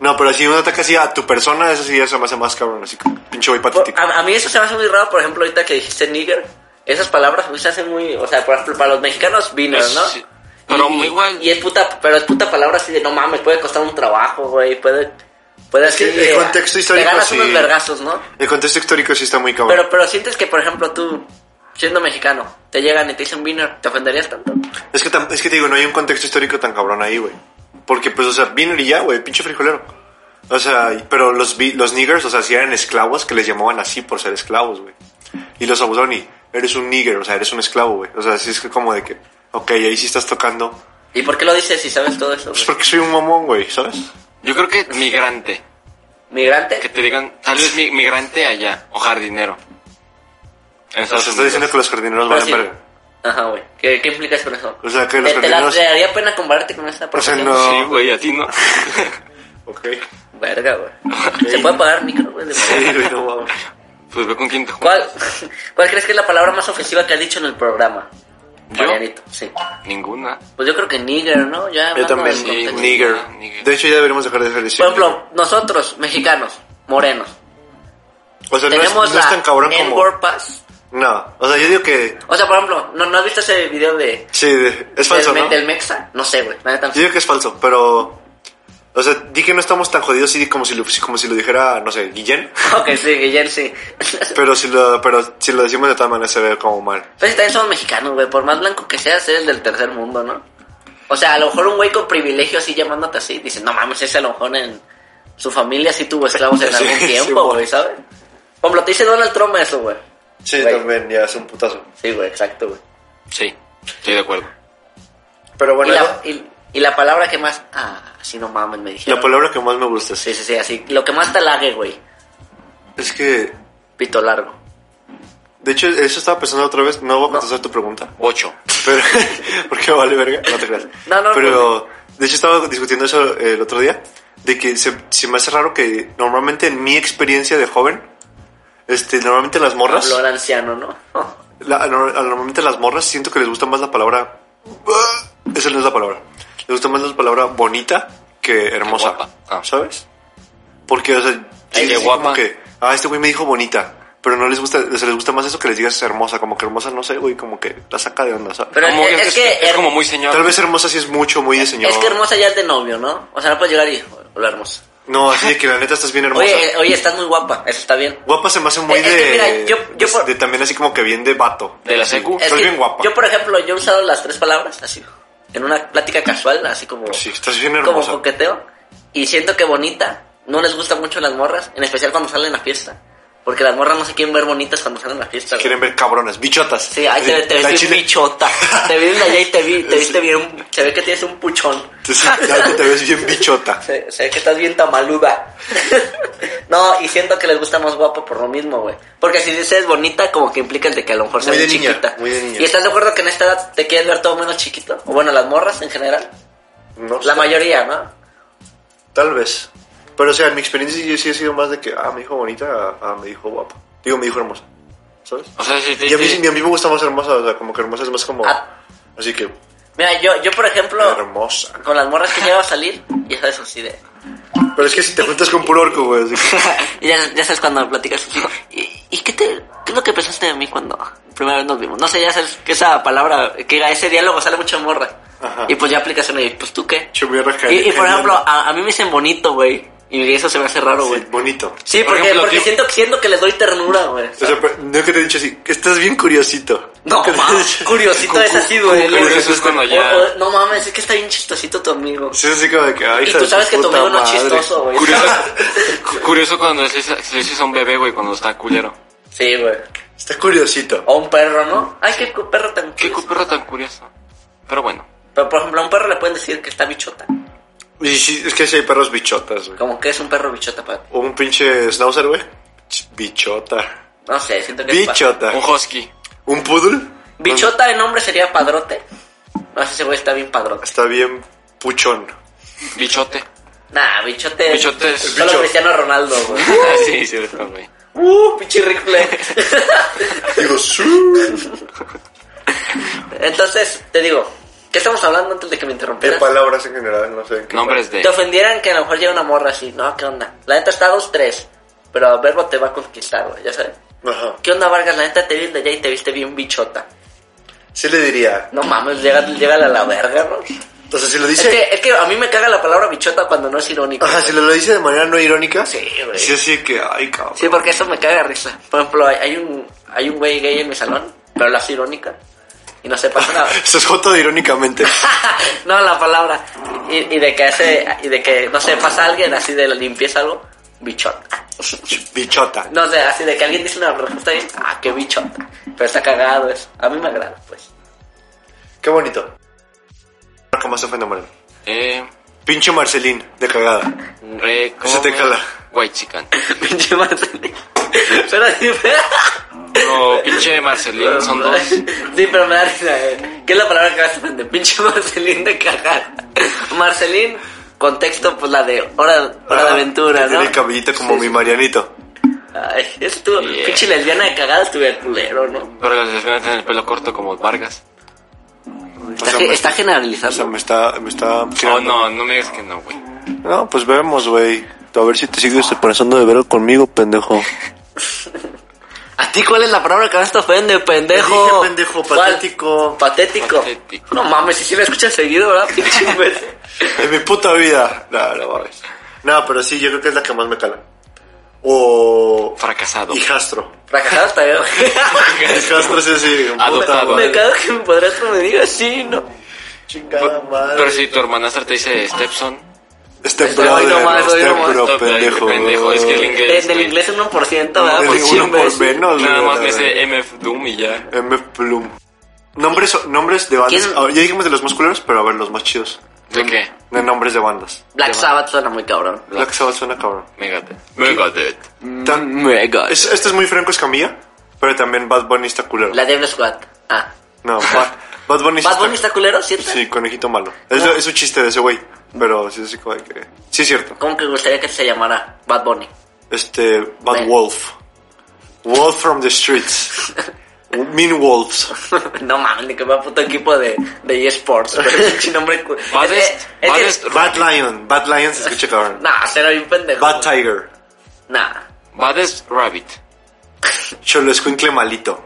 C: No, pero si un ataque así a tu persona, eso sí, eso me hace más cabrón, así como pinche güey
B: Por-
C: patético.
B: a, a mí eso se me hace muy raro, por ejemplo, ahorita que dijiste nigger, esas palabras a mí se hacen muy... O sea, por ejemplo, para los mexicanos, vino,
A: Es-
B: ¿no?
A: sí. Pero
B: Y-
A: muy igual.
B: Y es puta, pero es puta palabra así de no mames, puede costar un trabajo, güey, puede... Puede así
C: que el
B: de-
C: contexto histórico,
B: Te ganas
C: sí.
B: unos vergazos, ¿no?
C: El contexto histórico sí está muy cabrón.
B: Pero, pero sientes que, por ejemplo, tú, siendo mexicano, te llegan y te dicen vino, ¿te ofenderías tanto?
C: Es que, tam- es que te digo, no hay un contexto histórico tan cabrón ahí, güey. Porque, pues, o sea, vino y ya, güey, pinche frijolero. O sea, y- pero los, vi- los niggers, o sea, si eran esclavos, que les llamaban así por ser esclavos, güey. Y los abusaron y eres un nigger, o sea, eres un esclavo, güey. O sea, sí es que como de que, ok, ahí sí estás tocando.
B: ¿Y por qué lo dices si sabes todo eso?
C: Pues
B: güey?
C: porque soy un mamón, güey, ¿sabes?
A: Yo creo que migrante.
B: ¿Migrante?
A: Que te digan, tal vez mi- migrante allá. O jardinero. En
C: O
A: Estados
C: sea, está
A: Unidos.
C: diciendo que los jardineros
B: Pero
C: valen
B: sí.
C: verga.
B: Ajá, güey. ¿Qué, qué implicas con eso?
C: O sea, que los
B: ¿Te, te la-
C: jardineros...
B: te daría pena compararte con esta
C: O sea,
B: profesión?
C: no.
A: Sí, güey, a ti no.
C: Ok.
B: Verga, güey. ¿Se puede pagar micro, güey? de verdad?
C: Sí, güey, no mames.
A: Pues ve con quién te juntas.
B: ¿Cuál, ¿Cuál crees que es la palabra más ofensiva que has dicho en el programa?
A: ¿Yo?
B: Marianito, sí.
A: Ninguna.
B: Pues yo creo que nigger, ¿no? Ya
C: Yo
B: hablando
C: también,
B: del contexto.
C: nigger.
A: Nigger.
C: De hecho, ya deberíamos dejar de hacer eso.
B: Por ejemplo, nosotros, mexicanos, morenos,
C: O sea, no es,
B: tenemos
C: no es tan cabrón
B: la
C: como...
B: N-word pass.
C: No, o sea, yo digo que...
B: O sea, por ejemplo, ¿no, ¿no has visto ese video de...
C: Sí, de- es falso,
B: del, me-
C: ¿no?
B: del Mexa? No sé, güey. la neta no
C: Yo
B: sé.
C: digo que es falso, pero... O sea, di que no estamos tan jodidos y di como si lo, como si lo dijera, no sé, Guillén.
B: Ok, sí, Guillén, sí.
C: Pero si lo, pero si lo decimos de tal manera se ve como mal.
B: Pues también somos mexicanos, güey. Por más blanco que seas, eres del tercer mundo, ¿no? O sea, a lo mejor un güey con privilegio así llamándote así, dice, no mames, ese a lo mejor en su familia sí tuvo esclavos en
C: Sí,
B: algún
C: sí,
B: tiempo,
C: bueno.
B: güey, ¿sabes? Por ejemplo, te dice Donald Trump eso, güey.
C: Sí,
B: Güey.
C: también, ya es un putazo.
B: Sí, güey, exacto, güey.
A: Sí, estoy de acuerdo.
C: Pero
B: Y
C: bueno,
B: la, y, y la palabra que más... Ah, sí, no mames, me dijeron.
C: la palabra que más me gusta sí,
B: Sí, sí, sí, así. Lo que más te lague, güey.
C: es que,
B: Pito largo.
C: de hecho, eso estaba pensando otra vez, no voy a contestar tu pregunta.
A: Ocho.
C: Pero, porque vale verga, no te creas.
B: No, no,
C: Pero, de hecho, estaba discutiendo eso eh, el otro día, de que se, se me hace raro que normalmente en mi experiencia de joven, este, normalmente las morras,
B: Habló al anciano, ¿no?
C: la- no- normalmente las morras siento que les gusta más la palabra, esa no es la palabra, les gusta más la palabra bonita que hermosa,
A: guapa. Ah.
C: ¿sabes? Porque, o sea,
A: Ay, qué
C: sí, sí, como
A: guapa.
C: que, ah, este güey me dijo bonita. Pero no les gusta, o sea, les gusta más eso que les digas hermosa, como que hermosa, no sé, güey, como que la saca de onda, ¿sabes?
B: Pero
A: Como
B: es, es que... er-
A: es como muy señor.
C: Tal vez hermosa sí es mucho, muy de señor.
B: Es que hermosa ya es de novio, ¿no? O sea, no puedes llegar y... Hola, hermosa.
C: No, así de que la neta estás bien hermosa.
B: Oye, eh, oye, estás muy guapa. Eso está bien.
C: guapa se me hace muy
B: Es
C: de,
B: que mira, yo- yo
C: de-
B: por-
C: de También así como que bien de vato.
A: De la secu.
B: Es
C: Estás
B: que
C: bien guapa.
B: Yo, por ejemplo, yo he usado las tres palabras así. En una plática casual, así como...
C: Sí, estás bien
B: como
C: hermosa.
B: coqueteo. Y siento que bonita no les gusta mucho a las morras, en especial cuando salen a fiesta. Porque las morras no se quieren ver bonitas cuando salen a fiesta. güey.
C: Quieren ver cabronas, bichotas.
B: Sí, ahí te, te ves
C: La
B: bien
C: chile-
B: bichota. Te vi desde allá y te vi, te viste
C: Sí.
B: bien. Se ve que tienes un puchón.
C: Sí, la neta te ves bien bichota.
B: Se, se ve que estás bien tamaluda. no, y siento que les gusta más guapo por lo mismo, güey. Porque si dices bonita, como que implica el de que a lo mejor se
C: Muy
B: ve
C: de niña,
B: chiquita.
C: muy de niña.
B: ¿Y estás de acuerdo que en esta edad te quieren ver todo menos chiquito? O bueno, las morras en general.
C: No
B: La
C: sé,
B: mayoría, ¿no?
C: Tal vez. Pero o sea, en mi experiencia yo sí he sido más de que, ah, me dijo bonita, ah, me dijo guapa. Digo, me dijo hermosa. ¿Sabes?
A: O sea, si te,
C: Y a mí,
A: te-
C: y a mí me gusta más hermosa, o sea, como que hermosa es más como...
B: Ah.
C: Así que,
B: Mira, yo, yo por ejemplo,
C: hermosa.
B: con las morras que llevo a salir, ya sabes así de.
C: Pero es que si te juntas con puro orco, güey, así que-
B: y ya, ya sabes cuando me platicas así. ¿Y, y qué, te, qué es lo que pensaste de mí cuando primera vez nos vimos? No sé, ya sabes que esa palabra, que a ese diálogo sale mucho morra.
C: Ajá.
B: Y pues ya aplicas una y pues tú qué.
C: Yo voy a recaer-
B: Y, y, por
C: caer-
B: ejemplo, a, a mí me dicen bonito, güey. Y eso se me hace raro, güey.
C: Sí, bonito.
B: Sí,
A: Por
B: porque,
A: ejemplo,
B: porque
A: tío-
B: siento, siento que les doy ternura, güey.
C: O sea, pero no que te he dicho así, que estás bien curiosito.
B: No,
C: Que te-
B: mames, curiosito es así, güey.
A: Pero eso es cuando ya...
B: O- o- no mames, es que está bien chistosito tu amigo.
C: Sí, es así como de que, ay,
B: Y
C: hija
B: tú
C: de
B: sabes
C: su
B: que tu
C: puta
B: amigo no es
C: madre.
B: chistoso, güey.
A: Curioso, cu- curioso cuando se le se le dices a un bebé, güey, cuando está culero.
B: Sí, güey.
C: Está curiosito.
B: O un perro, ¿no? Ay, qué cu- perro tan
A: Qué cu-
B: curioso.
A: perro tan curioso. Pero bueno,
B: Pero por ejemplo, a un perro le pueden decir que está bichota.
C: Y sí, es que sí hay perros bichotas, güey.
B: Como que es un perro bichota para.
C: O Un pinche schnauzer, güey. Ch- Bichota.
B: No sé, siento que. es pa-
C: Bichota.
A: un husky.
C: ¿Un poodle?
B: Bichota de nombre sería padrote. No sé, ese güey está bien padrote.
C: Está bien puchón.
A: Bichote.
B: Nah, bichote.
A: Bichote es-
B: Solo
C: bicho.
B: Cristiano Ronaldo, güey.
A: Ah, sí, sí, está, güey.
B: uh, pinche Ric Flair.
C: Digo, su.
B: Entonces, te digo, ¿qué estamos hablando antes de que me
C: De
B: interrumpieras?
C: palabras en general, no sé. ¿qué
A: Nombres de...
B: Te ofendieran que a lo mejor llega una morra así, ¿no? ¿Qué onda? La neta está 2-3. Pero a verbo te va a conquistar, güey, ya sabes.
C: palabra. Ajá.
B: ¿Qué onda, Vargas? La neta te vi de allá y te viste bien bichota.
C: Sí le diría.
B: No mames, llega, llega a la verga, ¿no?
C: O sea, si lo
B: Es,
C: dice...
B: que, es que a mí me caga la palabra bichota cuando no es irónico.
C: Ajá, si lo, lo dice de manera no irónica.
B: Sí, güey.
C: Sí, así de que, ay, cabrón.
B: Sí, porque eso me caga risa. Por ejemplo, hay, hay un hay un güey gay en mi salón, pero lo hace irónica. Y no se pasa nada.
C: Se es joto de irónicamente.
B: no, la palabra. Y, y de que hace, y de que no se pasa alguien así de la limpieza algo, bichota.
C: Bichota.
B: No sé, así de que alguien dice una respuesta y ah, qué bichota. Pero está cagado eso. A mí me agrada, pues.
C: Qué bonito. ¿Cómo se ofende, Manuel?
A: Eh,
C: Pinche Marcelín, de cagada.
A: eh, ¿cómo
C: Ese te
A: me-
C: cala.
A: White chican.
B: Pinche Marcelín. Pero así
A: No, pinche Marcelín, son dos.
B: Sí, pero me da risa, eh. ¿Qué es la palabra que vas a aprender? Pinche Marcelín de cagar. Marcelín, contexto, pues la de Hora, hora de Aventura, ¿no?
C: Que Ah, Tiene el cabellito como mi Marianito.
B: Ay, es tu
A: Yeah.
B: pinche lesbiana de cagada, estuve culero, ¿no?
A: Pero las lesbianas tienen el pelo corto como Vargas.
C: O
B: Está,
C: sea,
B: ge-
C: me-
B: está
C: O sea,
B: generalizando.
C: me está... Me está
A: Oh,
C: tirando.
A: no, no me digas que no, güey.
C: No, pues este vemos, güey. A ver si te sigues pensando de verlo conmigo, pendejo.
B: ¿A ¿A ti cuál es la palabra que más te ofende, pendejo?
C: Dije pendejo,
B: ¿Cuál?
C: patético.
B: Patético.
A: Patético.
B: No mames, si sí me escuchas seguido, ¿verdad? Pinche imbécil.
C: En mi puta vida. No, no mames. No, pero sí, yo creo que es la que más me cala. O.
A: Fracasado.
C: Hijastro.
B: Fracasado está bien. güey.
C: Hijastro es así.
A: Adoptado.
B: me
C: madre.
B: cago que mi padrastro me diga sí, no.
C: Chingada madre.
A: Pero si tu hermanastra te dice Stepson,
C: Este
B: Este, hoy
C: brother,
B: nomás, hoy
C: este
B: nomás.
C: bro,
A: Stop,
C: pendejo.
A: pendejo, es que el inglés-
B: De- Del inglés 1%, ¿verdad?
C: Del
B: Pinche
C: uno por
B: imbécil.
C: menos,
A: nada
C: güey,
A: más
C: la
A: me
C: verdad.
A: dice MF Doom y ya.
C: M. Plum. Nombres, nombres de bandas.
B: ¿Quién?
C: Ah, ya dijimos de los más culeros, pero a ver, los más chidos.
A: ¿De qué?
C: De nombres de bandas.
B: Black Sabbath suena muy cabrón.
C: Black Sabbath suena cabrón.
A: Megadeth. Megadeth.
C: Tan-
B: Mega.
C: es- este es muy Franco Escamilla, pero también Bad Bunny está culero.
B: La Devil Squad. Ah.
C: No, Bad, Bad Bunny sí
B: ¿Bad Bunny está culero, cierto?
C: Sí, conejito malo. Es, es un chiste de ese güey. Pero sí, sí, como de que- sí es cierto.
B: ¿Cómo que gustaría que se llamara Bad Bunny?
C: Este, Bad
B: Bueno.
C: Wolf. Wolf from the streets. mean Wolves.
B: no mames, ni que va puto equipo de, de eSports. pero Pinche nombre. cu-
A: Baddest-
B: Es que- es que-
A: baddest-
C: Bad Lion. Bad Lion se escucha cabrón.
B: Nah, será bien pendejo.
C: Bad Tiger.
B: Nah.
A: Baddest Rabbit.
C: Cholo Escuincle Malito.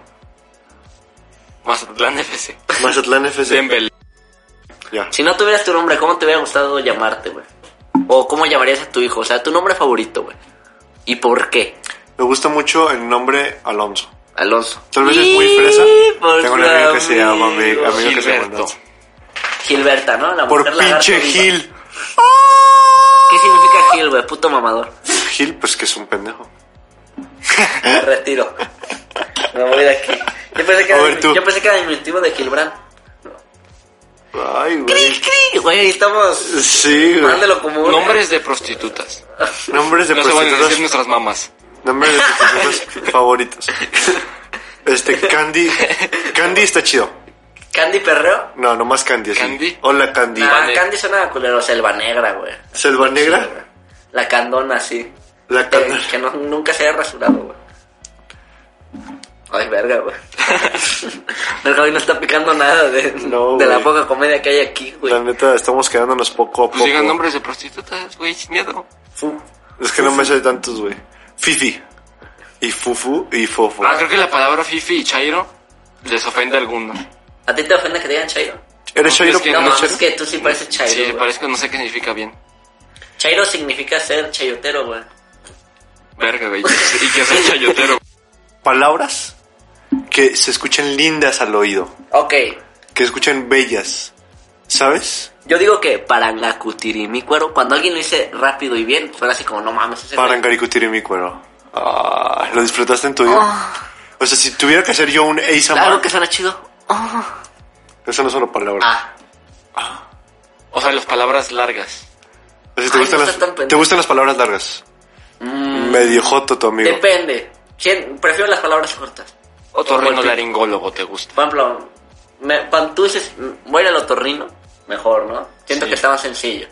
A: Mazatlán FC.
C: Mazatlán FC.
A: Dembélé.
C: Ya.
B: Si no tuvieras tu nombre, ¿cómo te hubiera gustado llamarte, güey? O cómo llamarías a tu hijo, o sea, tu nombre favorito, güey. ¿Y por qué?
C: Me gusta mucho el nombre Alonso.
B: Alonso.
C: Tal vez es muy fresa.
B: Y por
C: Tengo un
B: tu
C: amigo que se llama
B: amigo.
C: amigo, amigo que se llama
A: Gilberto.
C: Alonso.
B: Gilberta, ¿no? La
C: Por
B: mujer lagarto
C: pinche
B: viva.
C: Gil.
B: ¿Qué significa Gil, güey? Puto mamador.
C: Gil, pues que es un pendejo.
B: Me retiro. Me voy de aquí. Yo pensé que,
C: A
B: era,
C: ver, tú.
B: yo pensé que era diminutivo de Gilbrand.
C: Ay, güey.
B: Cri, Güey, estamos...
C: Sí, güey.
B: Mándalo como un...
A: Nombres de prostitutas.
C: Nombres de
A: No se van a decir
C: prostitutas.
A: nuestras mamás.
C: Nombres de prostitutas favoritos. Este, Candy. Candy está chido.
B: Candy Perreo.
C: No, nomás Candy. así.
A: Candy.
C: Hola, Candy.
B: Nah,
A: Vanegra.
B: Candy suena a culero, selva negra, güey.
C: Selva Negra.
B: La candona, sí.
C: La
B: Que,
C: Candy.
B: que no- nunca se haya rasurado, güey. Ay, verga, güey. El Javi no está picando nada de,
C: No,
B: de la
C: güey.
B: poca comedia que hay aquí, güey.
C: La neta, estamos quedándonos poco a
A: Pues
C: poco.
A: digan nombres de prostitutas, güey, sin miedo.
C: Fu- Es que no me sé tantos, güey. Fifi. Y Fufu y Fofo.
A: Ah, creo que la palabra Fifi y Chairo les ofende a alguno.
B: ¿A ti te ofende que te digan Chairo?
C: ¿Eres
A: no,
C: Chairo?
A: es que
B: No,
A: no,
B: mames,
A: Chairo.
B: es que tú sí pareces Chairo,
A: Sí,
B: güey.
A: parece que no sé qué significa bien.
B: Chairo significa ser chayotero, güey.
A: Verga, güey. Y que soy chayotero.
C: Palabras que se escuchan lindas al oído.
B: Ok,
C: Que se escuchan bellas. ¿Sabes?
B: yo digo que parangacutirimícuaro, cuando alguien lo dice rápido y bien, suena así como, no mames, ese güey.
C: Para en mi cuero. Ah, ¿Lo disfrutaste en tu vida? O sea, si tuviera que hacer yo un
B: Algo
C: Ace Amar,
B: Ah. que suena chido.
C: eso no es una palabra.
B: Ah,
A: O sea, las palabras largas.
C: O sea, ¿te,
B: Ay,
C: gustan
B: no
C: las,
B: seas tan pendejo. Mm.
C: ¿Te gustan las palabras largas? Medio joto tu amigo.
B: depende. ¿Quién? Prefiero las palabras cortas.
A: Otorrinolaringólogo te gusta.
B: Por ejemplo, me, cuando tú dices, "Mm, voy a ir al otorrino, mejor, ¿no? Siento
A: Sí.
B: que está más sencillo.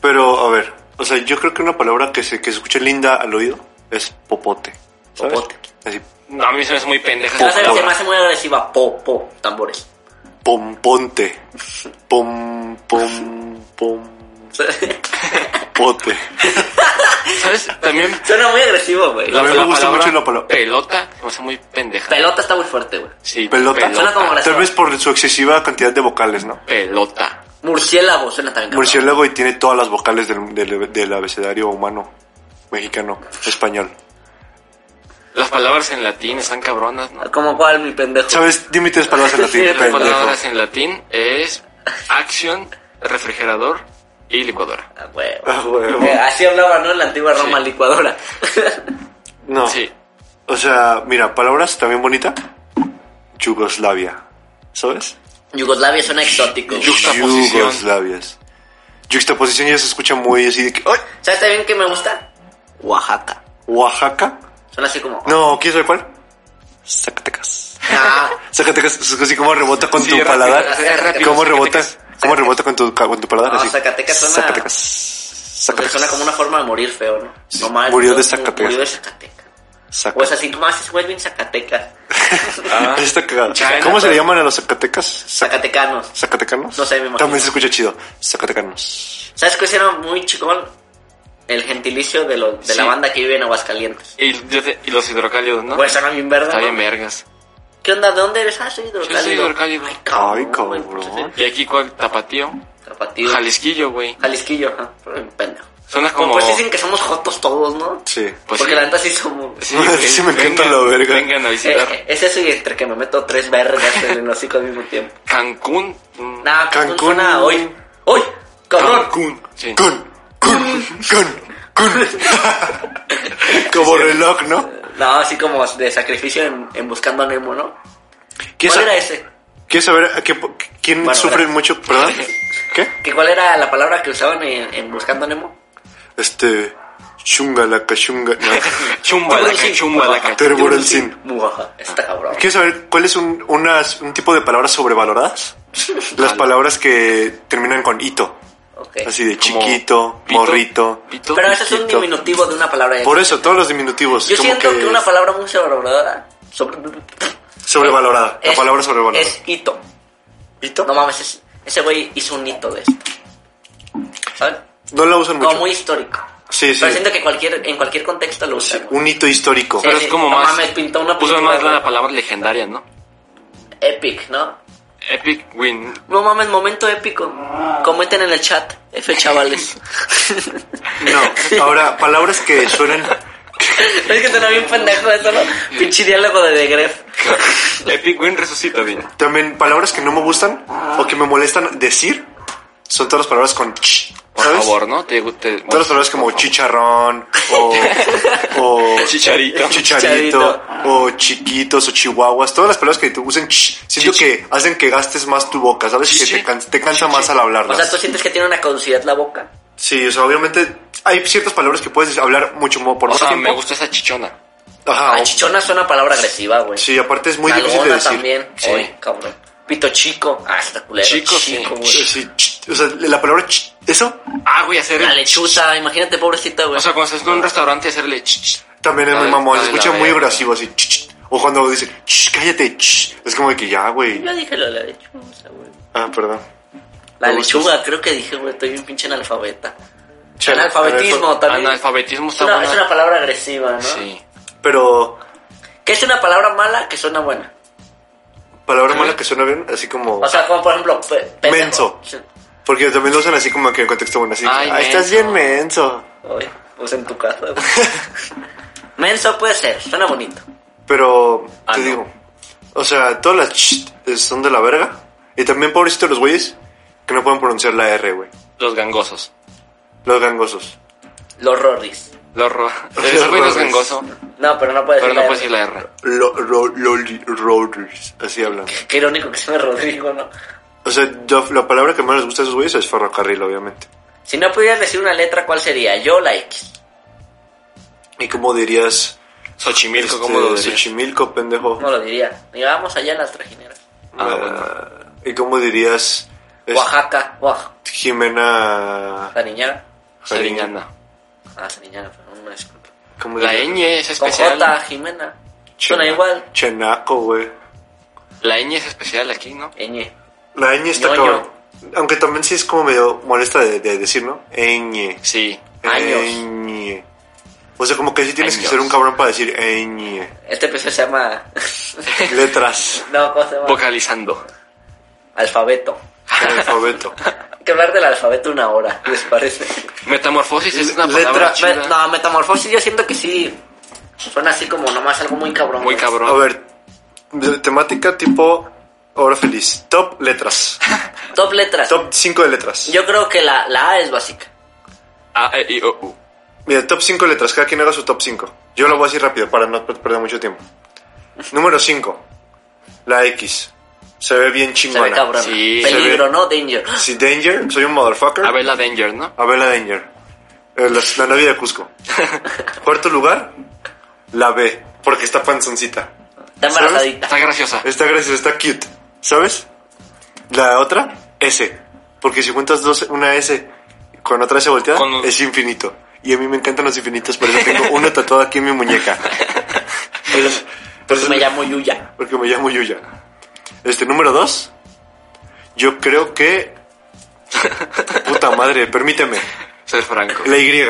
C: Pero, a ver, o sea, yo creo que una palabra que se, que se escuche linda al oído es popote. ¿sabes?
B: Popote.
C: Así,
A: No, a mí se me hace muy pendeja.
B: Se me,
A: esa
B: hace, se me
A: palabra.
B: hace muy agresiva, po, po, tambores.
C: pomponte. Pom, pom, pom, pote.
A: ¿Sabes? También
B: Suena muy agresivo, güey.
A: la,
C: mí me
A: la
C: gusta
A: palabra
C: mucho la palabra-
A: pelota se me hace muy pendeja.
B: Pelota está muy fuerte, güey.
A: sí,
C: ¿Pelota?
B: Suena como gracioso.
C: Tal vez por su excesiva cantidad de vocales, ¿no?
A: pelota.
B: Murciélago suena también cabrón.
C: Murciélago y tiene todas las vocales del, del, del abecedario humano, mexicano, español.
A: Las palabras en latín están cabronas, ¿no?
B: Como cuál, mi pendejo.
C: ¿Sabes? Dime tres palabras en latín,
B: Sí,
A: Las palabras
C: Este pendejo.
A: en latín es action, refrigerador y licuadora.
B: Ah, güey.
C: Ah, huevo.
B: Eh, Así hablaba, ¿no? En la antigua Roma
A: Sí.
B: licuadora.
C: No.
A: Sí.
C: O sea, mira, palabras también bonita. Yugoslavia. ¿Sabes?
B: Yugoslavia suena exótico. güey.
A: Yuxtaposición.
C: Yugoslavias. Yuxtaposición ya se escucha muy así de que. ¡Ay!
B: ¿Sabes también qué me gusta? Oaxaca.
C: ¿Oaxaca?
B: Suena así como...
C: No, ¿quieres saber cuál? Zacatecas.
B: Ah,
C: Zacatecas, es así como rebota con
A: Sí,
C: tu
A: rápido,
C: paladar.
A: es rápido,
C: ¿Cómo rebota?
A: Zacatecas.
C: ¿Cómo rebota con tu, con tu paladar?
B: No,
C: así.
B: Zacatecas suena-
C: Zacatecas.
B: o sea,
C: Zacatecas.
B: suena como una forma de morir feo, ¿no? no mames,
C: murió de
B: mu-
C: Zacatecas.
B: Murió de Zacatecas.
C: Zaca-
B: O sea, si tú más se vuelven Zacatecas.
A: Ah.
C: Está cagado.
A: Chale,
C: ¿Cómo se
A: pero-
C: le llaman a los Zacatecas? Zaca-
B: Zacatecanos.
C: ¿Zacatecanos?
B: pues. No sé, me imagino.
C: También se escucha chido. Zacatecanos.
B: ¿Sabes qué hicieron muy chingón? el gentilicio de, lo- de la
A: Sí.
B: banda que vive en Aguascalientes.
A: Y, yo te- y los hidrocálidos, ¿no?
B: Pues suena bien verga.
A: Está
B: ¿no?
A: bien vergas.
B: ¿Qué onda? ¿De dónde eres? Ah, soy hidrocálido.
A: Yo soy hidrocálido.
C: Ay,
B: güey,
C: cabrón.
B: pues,
A: Y aquí, ¿cuál? Tapatío.
B: sí, Tapatío.
A: Jalisquillo, güey.
B: Jalisquillo, ajá. Pero un pendejo.
A: Suena
B: Como
A: como...
B: pues dicen que somos jotos todos, ¿no?
C: Sí.
A: Pues
B: Porque
A: sí.
B: la neta sí somos.
A: Sí, güey.
C: Sí, me encanta
A: Vengan-
C: la verga.
A: Vengan a
B: Eh,
A: visitar
B: eh, es eso y entre que me meto tres vergas en el hocico al mismo tiempo.
A: Cancún. Mm,
B: Nah, Cancún.
C: Cancún.
B: suena hoy. ¡Hoy! ¡Cabrón!
A: Sí.
C: Kun, kun, kun, kun. Como reloj, ¿no?
B: No, así como de sacrificio en, en buscando a Nemo, ¿no? ¿Cuál
C: ¿Quieres, sa-
B: era ese?
C: ¿Quieres saber a qué po- quién
B: Bueno,
C: sufre
B: gracias.
C: mucho? ¿Perdón? ¿Qué?
B: ¿Que ¿Cuál era la palabra que usaban en, en buscando a Nemo?
C: Este. Chunga la cachunga. No.
A: Chumbalaca,
B: Turbolcín.
A: chumbalaca.
C: Terborelcín.
B: Mujaja, está cabrón.
C: ¿Quieres saber cuál es un, unas- un tipo de palabras sobrevaloradas? Las palabras que terminan con ito.
B: Ok.
C: Así de
A: Como
C: chiquito,
A: pito,
C: morrito.
A: pito,
B: Pero ese es un
C: Quito.
B: diminutivo de una palabra.
C: Por eso, todos los diminutivos.
B: Yo
C: como
B: siento que... una palabra muy sobrevalorada. sobre-
C: Sobrevalorada. La
B: es-
C: palabra sobrevalorada.
B: Es hito.
C: ¿Hito?
B: No mames, es- ese güey hizo un hito de esto. ¿Sabes?
C: No la usan mucho.
B: Como muy histórico.
C: Sí, sí.
B: Pero siento que cualquier, en cualquier contexto lo usan. güey.
C: Un hito histórico.
A: Pero
B: Sí,
A: es como
B: no
A: más...
B: mames, pintó una
A: usan
B: pintura,
A: más la
B: güey.
A: palabra legendaria, ¿no?
B: Epic, ¿no?
A: Epic win.
B: No mames, momento épico. Comenten en el chat, F chavales.
C: No, ahora, palabras que suelen.
B: es que suena bien pendejo eso, ¿no? Pinche diálogo de The Gref.
A: Epic win resucita, bien.
C: También palabras que no me gustan o que me molestan decir son todas las palabras con ch.
A: Por
C: ¿sabes?
A: favor, ¿no? Te, te,
C: Todas las palabras como chicharrón o, o eh,
A: Chicharito.
C: chicharito o chiquitos o chihuahuas. Todas las palabras que te usen ch, siento
A: Chichi.
C: que hacen que gastes más tu boca, ¿sabes? Que
A: Chichi.
C: te, can- te cansa
A: Chichi.
C: más al
B: O sea, ¿tú
C: hablarlas.
B: sientes que tiene una caducidad la boca?
C: Sí, o sea, obviamente hay ciertas palabras que puedes hablar mucho mo- por
A: O
C: más
A: sea,
C: tiempo.
A: me gusta esa chichona.
C: Ajá,
B: Ah,
C: o-
B: chichona suena palabra agresiva, güey.
C: sí, aparte es muy difícil de
B: Nalgona
C: decir.
B: también.
A: Sí.
B: Oye, cabrón. Pito chico. Ah, está culero.
A: Chico,
B: Chico,
A: sí.
B: güey.
C: Sí, sí, ch, o sea, la palabra ch, eso
A: Ah, güey, hacer...
B: La lechuza, imagínate, pobrecita, güey.
A: O sea, cuando estás en un restaurante, hacerle... ch, ch.
C: También es
A: Ay,
C: muy mamón, se
A: ay, la
C: escucha muy
A: verga.
C: agresivo así. ch, ch. O cuando dice, "Ch, cállate, ch". es como de que ya, güey.
B: Yo dije lo de la lechuza, güey.
C: Ah, perdón.
B: La
C: Me gusta
B: lechuga, creo que dije, güey, estoy bien pinche analfabeta.
C: Che,
B: Analfabetismo también.
A: Analfabetismo
B: Es
A: está
B: una,
A: buena.
B: es una palabra agresiva, ¿no?
A: Sí.
C: Pero,
B: Que es una palabra mala que suena buena.
C: palabra mala que suena bien, así como.
B: O sea, como por ejemplo, pe- pendejo.
C: Menso.
B: Sí.
C: Porque también lo usan así como que en contexto bueno, así.
A: Ay,
C: "Ah, estás
A: menso".
C: bien menso.
B: Oye, pues en tu casa, güey. Menso puede ser, suena bonito.
C: Pero,
A: Ah,
C: te
A: no.
C: digo, o sea, todas las ch es- son de la verga. Y también, pobrecito, los güeyes que no pueden pronunciar la R, güey.
A: Los gangosos.
C: Los gangosos.
B: Los roris.
A: Los ro... Ese güey no es
C: rorris.
A: gangoso,
B: No, pero no puede
A: pero
B: ser.
A: no
B: la-
A: puede decir la R.
C: Lo, ro, loli- rollers, así hablan.
B: Qué irónico que se llame Rodrigo, ¿no?
C: O sea, la, la palabra que más les gusta a esos güeyes es ferrocarril, obviamente.
B: Si no pudieras decir una letra, ¿cuál sería? Yo la X.
C: ¿Y cómo dirías?
A: Xochimilco,
C: este,
A: ¿cómo lo dirías?
C: Xochimilco, pendejo.
B: ¿Cómo lo diría? Y vamos allá a las trajineras.
A: Ah,
C: Ah,
A: bueno.
C: ¿Y cómo dirías? es-
B: Oaxaca, Oaxaca.
C: Jimena.
B: La niñera.
A: Sariñana.
B: Ah, la niñera, pero no es culpa.
C: ¿cómo
A: La
C: dirías?
A: ñ es
B: Con
A: especial.
B: J, Jimena. Suena
C: Chena-
B: igual.
C: Chenaco, güey.
A: La ñ es especial aquí, ¿no?
B: Ñ.
C: La ñ está
B: Ñoño.
C: cabrón. Aunque también sí es como medio molesta de, de decir, ¿no? Ñ.
A: Sí.
C: Eh.
B: Años.
C: Ñ. O sea, como que sí tienes que
A: Años.
C: ser un cabrón para decir ñ.
B: Este episodio se llama.
C: Letras.
B: no, ¿cómo se llama?
A: Vocalizando.
B: Alfabeto.
C: alfabeto.
B: Hay que hablar del alfabeto una hora, ¿les parece?
A: Metamorfosis es una
C: Letra-
A: palabra chida.
B: Me- no, metamorfosis yo siento que sí. Suena así como nomás algo muy cabrón.
A: Muy
B: güey.
A: cabrón.
C: A ver, de- temática tipo hora feliz. Top letras.
B: Top letras.
C: Top 5 de letras.
B: Yo creo que la, la A es básica.
A: A, E, I, O, U.
C: Mira, top 5 letras, cada quien haga su top 5. Yo lo voy a decir rápido para no per- perder mucho tiempo. Número 5, la X. Se ve bien
B: Se ve
C: chingona.
B: cabrón.
A: Sí.
B: Peligro,
C: Se ve-
B: ¿no? Danger.
C: Si Danger, soy un motherfucker.
A: A ver la Danger, ¿no?
C: Abela Danger. Eh, las- la novia de Cusco. Cuarto lugar, la B, porque está panzoncita.
B: Está embarazadita.
A: Está graciosa.
C: Está graciosa, está cute. ¿Sabes? La otra, S. Porque si juntas dos, una S con otra S volteada,
A: Con un-
C: es infinito. Y a mí me encantan los infinitos, por eso tengo una tatuada aquí en mi muñeca. Por eso- por eso-
B: Me llamo Yuya.
C: Porque me llamo Yuya. Este, número dos. Yo creo que... Puta madre, permíteme.
A: Ser franco.
C: La Y.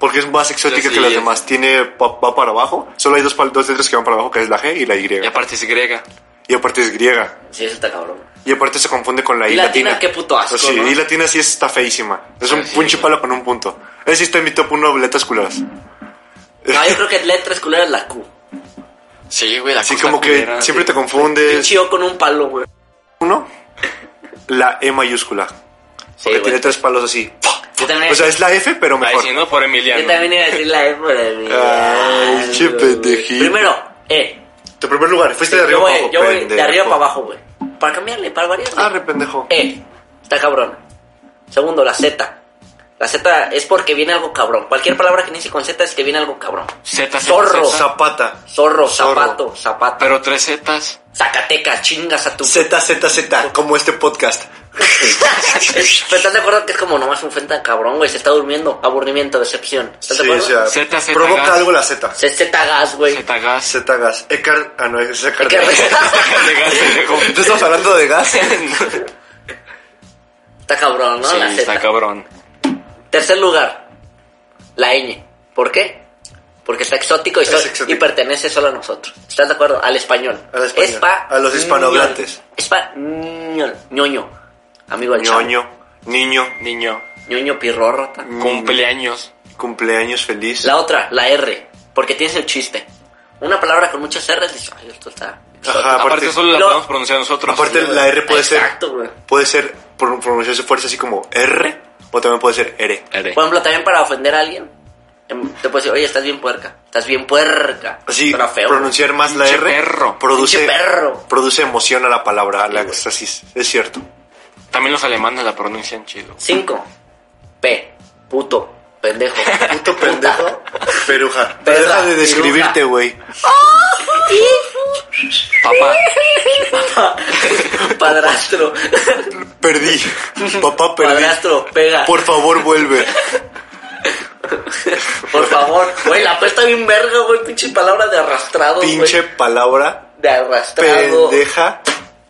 C: Porque es más exótica
A: Pero sí
C: que las
A: es.
C: demás. Tiene, va, va para abajo. Solo hay dos, pal- dos letras que van para abajo, que es la G y la Y.
A: Y aparte es griega.
C: Y aparte es griega.
B: Sí, eso está cabrón.
C: Y aparte se confunde con la
B: Y
C: I
B: latina,
C: latina.
B: qué puto asco,
C: O sí,
B: ¿no? Ah,
C: I latina sí está feísima. Es un
A: Sí, sí.
C: pinche palo con un punto. Ese sí está en mi top 1 letras culeras.
B: No, yo creo que letras culeras la Q.
A: Sí, güey, la
C: Así
A: cosa
C: como que
A: culera,
C: siempre
A: sí.
C: te confundes.
B: Pinche O con un palo, güey.
C: Uno, la E mayúscula.
B: Sí,
C: Porque
B: güey.
C: tiene tres palos así.
B: Yo también,
C: O sea, es la F, pero
A: Ay,
C: mejor.
A: sí, no, por Emiliano.
B: yo también iba a decir la E por el
C: Ay, che pendejito.
B: Primero, E.
C: Tu primer lugar, fuiste de
B: yo
C: arriba
B: voy,
C: para abajo.
B: yo voy de
C: pendejo. Ah,
B: arriba para abajo, güey. Para cambiarle, para variarle.
C: Arre, pendejo.
B: E. Está cabrón. Segundo, la Z. La Z es porque viene algo cabrón. Cualquier palabra que inicie con Z es que viene algo cabrón.
A: Z, Z,
B: Zorro.
A: Z.
C: Zapata.
B: Zorro,
C: Zorro.
B: zapato, zapato.
A: Pero tres Zetas.
B: Zacatecas, chingas a tu...
C: Z, Z, Z, como este podcast.
B: Pero estás de acuerdo que es como nomás un fenta cabrón, güey. Se está durmiendo. Aburrimiento, decepción. ¿Estás de
C: Sí,
B: acuerdo?
C: o sea,
A: Z, Z,
C: provoca
A: gas.
C: algo la Z.
B: Se Z gas, güey.
A: Z gas.
C: Z gas. Ecar, ah, no, es Ecar.
B: Qué re-
A: De gas, pendejo.
C: ¿Tú estás hablando de gas?
B: Está cabrón, ¿no?
A: Sí,
B: la Z.
A: está cabrón.
B: Tercer lugar, la ñ. ¿Por qué? Porque está exótico y,
C: Es
B: so-
C: exótico.
B: y pertenece solo a nosotros. ¿Estás de acuerdo? Al español.
C: Al español. A los hispanohablantes.
B: Español. Ñoño. Amigo al chavo.
C: Ñoño, niño,
A: Niño.
B: Ñoño pirrorro. ta.
C: Mm.
A: Cumpleaños.
C: cumpleaños feliz.
B: La otra, la R. Porque tienes el chiste. Una palabra con muchas R's dices, ay, esto está... exótico".
C: Ajá,
A: Aparte,
C: aparte-
A: solo la
B: Lo-
A: podemos pronunciar nosotros.
C: Aparte, la R puede ser,
B: Exacto, güey.
C: puede ser pron- pronunciarse fuerte así como R, o también puede ser R.
A: R.
B: Por ejemplo, también para ofender a alguien. em, Te puedes decir, oye, estás bien puerca. Estás bien puerca.
C: Así,
B: Suena feo.
C: pronunciar más la
A: Pinche
C: R
A: perro.
C: produce
B: Pinche perro.
C: produce emoción a la palabra, a la
B: Sí, güey.
C: éxtasis. Es cierto.
A: También los alemanes la pronuncian chido.
B: 5. P. Puto. Pendejo.
C: Puto
B: Puta.
C: pendejo. Peruja.
B: Perra,
C: Deja de
B: piruja.
C: describirte, güey.
A: Papá.
B: Padrastro.
C: Perdí. Papá, perdí.
B: Padrastro. Pega. Por,
C: Por favor, vuelve.
B: favor. Güey, la puesta bien verga, güey. Pinche palabra de arrastrado, güey.
C: Pinche palabra
B: De arrastrado.
C: pendeja.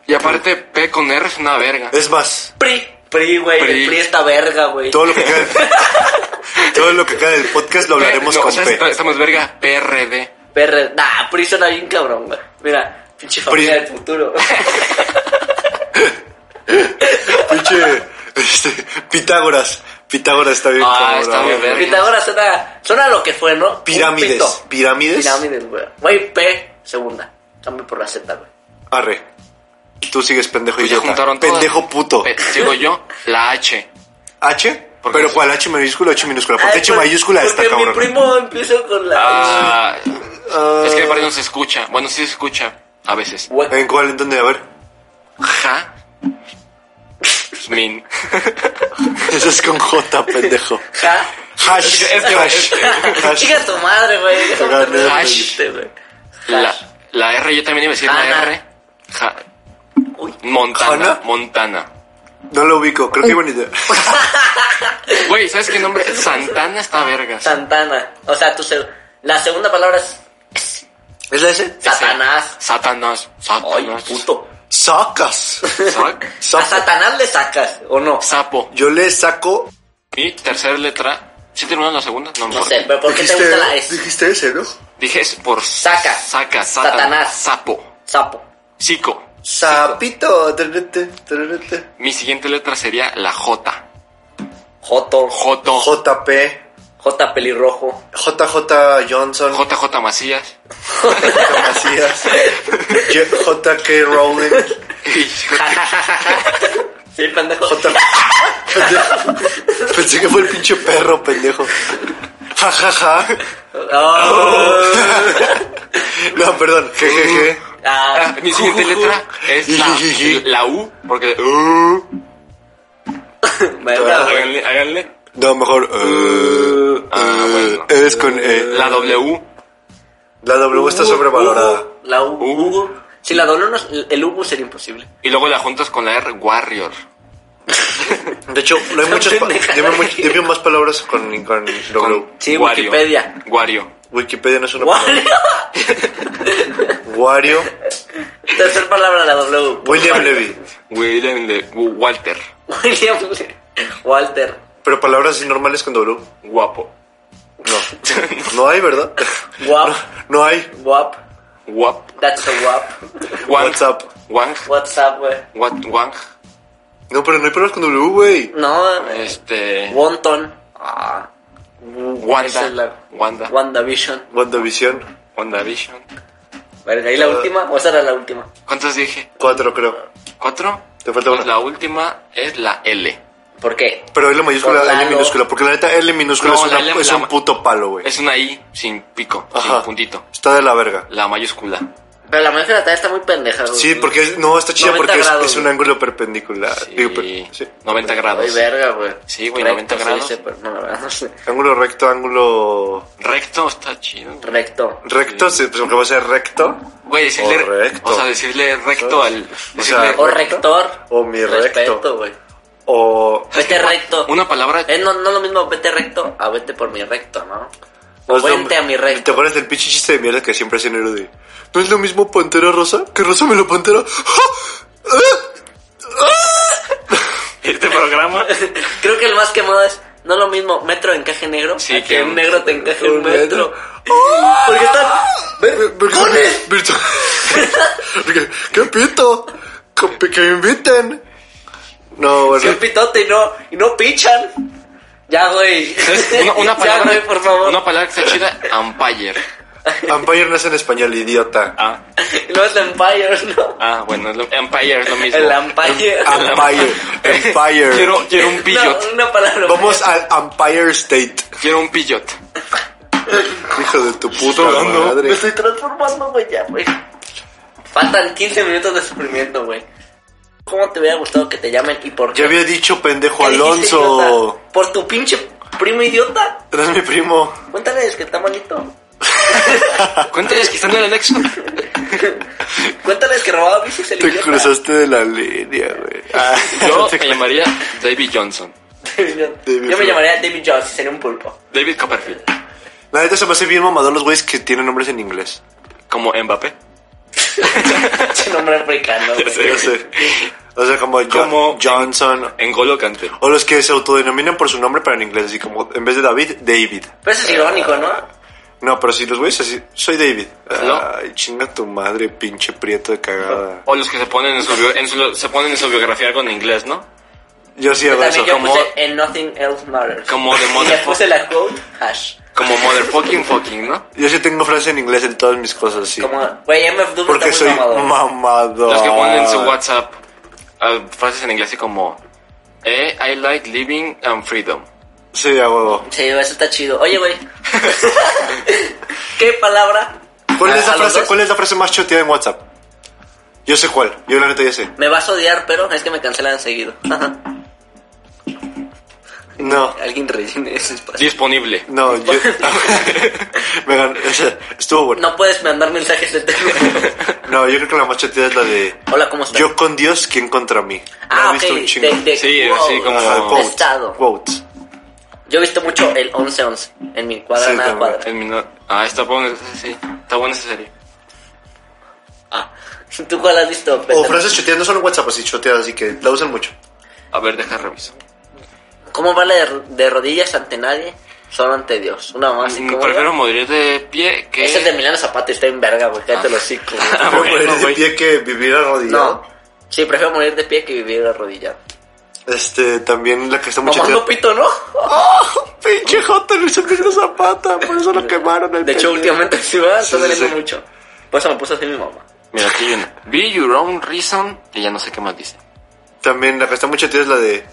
A: Y aparte, P con R es una verga.
C: Es más,
B: Pri. Pri, güey.
A: Pri.
B: El Pri está verga, güey.
C: todo lo que cae, todo lo que cae del podcast lo hablaremos
A: No,
C: con
A: ¿sabes?
C: P.
A: Estamos verga. PRD.
B: Perre. Nah, Pri suena bien cabrón, güey. Mira. Pinche familia
C: Pri.
B: del futuro.
C: Pinche este, Pitágoras. Pitágoras está bien.
A: Ah,
C: cabrón.
A: está bien, verga.
B: Pitágoras suena... Suena lo que fue, ¿no? Un
C: Pirámides.
B: pito.
C: Pirámides.
B: Pirámides, güey. Güey, P. Segunda. Cambio por la Z, güey.
C: Arre. Tú sigues pendejo y
A: Pues ya juntaron todas.
C: Pendejo puto.
A: Pe- Sigo yo. La H.
C: H.
A: ¿Por qué?
C: Pero ¿cuál H mayúscula H minúscula? Porque
B: Ay,
C: H
B: por-
C: mayúscula está
B: Porque mi
C: cabrón.
B: primo empezó con la...
A: Ah,
C: Ah.
A: es que parece no se escucha. Bueno, sí se escucha a veces.
B: Güey,
C: ¿En cuál? ¿En dónde? A ver.
A: Ja. Min.
C: Eso es con J, pendejo.
B: ja.
C: Hash.
A: Es que-
C: hash. hash.
B: Chica tu madre, güey. Déjame
C: Gané,
B: terminar
A: güey.
B: el chiste, güey.
A: La, la R, yo también iba a decir la
B: Jana.
A: R. Ja.
B: Uy.
A: Montana.
C: ¿Jana?
A: Montana.
C: No lo ubico. Creo que iba ni de-
A: Güey, ¿sabes qué nombre? Santana está vergas.
B: Santana. O sea, tu se- la segunda palabra es
C: ¿Es la S?
A: Ese.
B: Satanás.
A: Satanás.
B: Ay,
A: Satanás.
B: puto.
C: Sacas.
A: Sac.
B: A
C: Sapo.
B: Satanás le sacas, ¿o no?
A: Sapo.
C: Yo le saco.
A: Mi tercera letra. ¿Sí terminó la segunda? No, me
B: No
A: acuerdo.
B: sé, pero ¿por qué te
C: Dijiste-
B: gusta la S?
C: Dijiste ese, ¿no?
A: Dije es por
B: Saca.
A: Saca. Satan-
B: Satanás.
A: Sapo.
B: Sapo.
A: Psico.
C: Sapito. Tererete, tererete.
A: Mi siguiente letra sería la J.
B: Joto.
A: Joto.
C: JP.
B: J pelirrojo.
C: JJ Johnson.
A: JJ Macías.
C: J. Macías. JK Rowling.
B: Sí, pendejo.
C: J. Pensé que fue el pinche perro, pendejo. Ja, ja, ja.
B: Oh.
C: No, perdón. Jejeje.
B: Ah,
A: Mi siguiente letra es la, la U, porque uh,
B: verga, güey.
A: háganle, háganle.
C: No, mejor. eh,
A: Ah, bueno.
C: Es con E.
A: La W,
C: La W está sobrevalorada.
B: Hugo, La U. Hugo. Si la doble uno, el Hugo sería imposible.
A: y luego la juntas con la R, Warrior.
C: De hecho, no hay
B: Son
C: muchas. pa-
B: pendejadas.
C: Dime, mu- dime más palabras con, con W.
A: Con
B: Sí,
A: Wario.
B: Wikipedia.
A: Wario.
C: Wikipedia no es una palabra.
B: Wario.
C: Wario.
B: Tercer palabra la W.
C: William Levy.
A: William de Walter.
B: William Walter.
C: Pero palabras así normales con W.
A: Guapo.
C: No. No hay, ¿verdad?
B: Guap,
C: No hay.
B: guap,
A: Wap.
B: that's a guap.
A: Wang.
C: WhatsApp.
A: Wang.
B: What's up, güey?
A: What, Wang.
C: No, pero no hay palabras con W, güey.
B: No, eh,
A: Este.
B: wonton. Ah, esa es
A: Wanda.
B: la-
A: Wanda.
B: WandaVision.
C: WandaVision.
A: WandaVision.
B: Verga, ¿y la
C: Ah.
B: última? ¿O esa era la última?
A: ¿Cuántas dije?
C: Cuatro, creo.
A: ¿Cuatro?
C: Te falta una.
A: Pues la última es la L.
B: ¿Por qué?
C: Pero L mayúscula,
B: Orlando.
C: L minúscula. Porque la neta, L minúscula
A: No,
C: es, una-
A: la L-
C: es un
A: la-
C: puto palo, güey.
A: Es una I sin pico,
C: Ajá.
A: sin puntito.
C: Está de la verga.
A: La mayúscula.
B: Pero la mayúscula también está muy pendeja, güey.
C: Sí, porque es- no, está chida
B: 90
C: porque es,
B: grados,
C: es un
B: güey.
C: ángulo perpendicular. Digo,
A: Sí.
C: per- sí.
A: 90
B: Ay,
A: grados.
B: verga, güey.
A: Sí, güey,
B: Recto
A: 90
B: se
A: grados.
B: dice, pero no, la verdad, no sé.
C: Ángulo recto, ángulo
A: Recto está chido.
B: Recto.
C: recto, sí, pues, aunque va a ser recto.
A: Güey, decirle.
C: Correcto.
A: O sea, decirle recto al. decirle
C: sea,
A: recto.
B: O rector.
C: O mi recto.
B: Respeto, güey.
C: O.
B: Vete Este recto.
A: Una palabra.
B: Es Eh, no, no lo mismo vete recto a vete por mi recto, ¿no? O
C: es lo-
B: vente a mi
C: ¿Te
B: recto.
C: acuerdas del pinche chiste de mierda que siempre hacen Erudi? ¿No es lo mismo Pantera Rosa que Rosa Melo Pantera?
A: Este programa.
B: Creo que el más quemado es no lo mismo metro encaje negro
A: Sí,
B: a que,
A: que
B: un
A: un-
B: negro te encaje un
C: un metro.
B: metro. Porque está
C: Vir- vir- virtu- ¿Qué- ¿Qué pito? Que, que me inviten. No,
B: es
C: bueno.
B: un pitote y no, y no pichan. Ya, güey.
A: ¿sabes? Una, una
B: Ya,
A: palabra.
B: güey, por favor.
A: Una palabra que está chida. Umpire.
C: Vampire no es en español, idiota.
A: Ah,
B: Y luego es el Empire, ¿no?
A: ah bueno, es lo, Empire es lo mismo.
B: El Empire.
C: Empire. Empire.
A: Quiero, quiero un pillot.
B: No, una palabra.
C: Vamos al Empire State.
A: Quiero un pillot.
C: Hijo de tu puta
A: Estoy dando.
B: Me
C: madre.
B: estoy transformando, güey, ya, güey. Faltan 15 minutos de sufrimiento, güey. ¿Cómo te hubiera gustado que te llamen y por qué?
C: Ya había dicho pendejo
B: ¿Qué dijiste,
C: Alonso.
B: idiota? Por tu pinche primo idiota.
C: Eres mi primo.
B: Cuéntales que está malito.
A: Cuéntales que están en el anexo.
B: Cuéntales que robaba bicis el
C: Te
B: idiota.
C: cruzaste de la línea, güey. Ah,
A: Yo
C: te-
A: me llamaría David Johnson.
C: David
B: Yo me
C: Jones.
B: llamaría David Jones y sería un pulpo.
A: David Copperfield.
C: La neta se me hace bien mamador los güeyes que tienen nombres en inglés.
A: Como Mbappé.
B: Ese nombre africano, güey.
A: Sí.
C: Ya sé. O sea, como, Jo-
A: Como-
C: Johnson.
A: En Golo Kanté.
C: O los que se autodenominan por su nombre, pero en inglés, así como en vez de David, David.
B: Pero eso es irónico, ¿no?
C: No, pero si los güeyes así, soy David.
A: ¿No?
C: Ay, chinga tu madre, pinche prieto de cagada.
A: O los que se ponen en su, bio- en su- se ponen en su biografía con inglés, ¿no?
C: Yo sí hago eso.
B: También yo
A: como-
B: puse en Nothing Else Matters.
A: Como de
B: Y le
A: motherfucker.
B: puse la quote hash.
A: Como motherfucking fucking, ¿no?
C: Yo sí tengo frase en inglés en todas mis cosas, sí.
B: Como, güey, MF Doom
C: Porque
B: está
C: soy
B: muy mamador.
C: mamado.
A: Los que ponen en su WhatsApp ah, frases en inglés así como eh, I like living and freedom.
C: Sí, a huevo.
B: Sí, eso está chido. Oye, güey. ¿Qué palabra?
C: ¿Cuál es,
B: A-
C: la
B: a los
C: frase,
B: dos.
C: ¿Cuál es la frase más choteada en WhatsApp? Yo sé cuál. Yo la neta ya sé.
B: Me vas a odiar, pero es que me cancelan seguido.
C: No,
B: Alguien rellene ese espacio.
A: Disponible.
C: no, yo... Me gan- o sea, Estuvo bueno.
B: No puedes mandar mensajes de teléfono.
C: No, yo creo que la más choteada es la de...
B: Hola, ¿cómo estás?
C: Yo con Dios, ¿quién contra mí?
B: ah,
C: La he
B: ok.
C: visto un chingo.
B: De, de-
A: Sí,
B: wow.
A: sí, como-
C: Ajá, quotes,
B: Estado.
C: quotes.
B: Yo he visto mucho el 11-11 en mi cuadra,
C: Sí,
B: nada
C: también.
B: cuadra.
A: En mi no- ah, está bueno, sí, está bueno esa serie.
B: Ah, ¿Tú cuál has visto?
C: O
B: Peter?
C: frases choteadas, no son WhatsApp así choteadas, así que la usan mucho.
A: A ver, deja reviso.
B: ¿Cómo vale de, de rodillas ante nadie? Solo ante Dios. Una más así
A: Mm,
B: como...
A: Prefiero morir de pie que...
B: Ese es de Milano Zapata y está en verga, güey. Cállate los hocico. güey.
A: Ah,
C: Como
A: bueno,
C: eres de
A: güey.
C: pie que vivir arrodillado.
B: No. Sí, prefiero morir de pie que vivir arrodillado.
C: Este, también la que está muy
B: Mamando
C: choteada.
B: pito, ¿no?
C: ¡Oh! ¡Pinche Jota Luis Emilio Zapata! Por eso lo quemaron. el
B: De hecho,
C: pendejo.
B: últimamente sí, va,
C: Sí,
B: está
C: sí,
B: doliendo
C: sí.
B: mucho. Por eso me puso así mi mamá.
A: Mira, aquí hay una. Be your own reason. Y ya no sé qué más dice.
C: También la que está muy choteada es la de...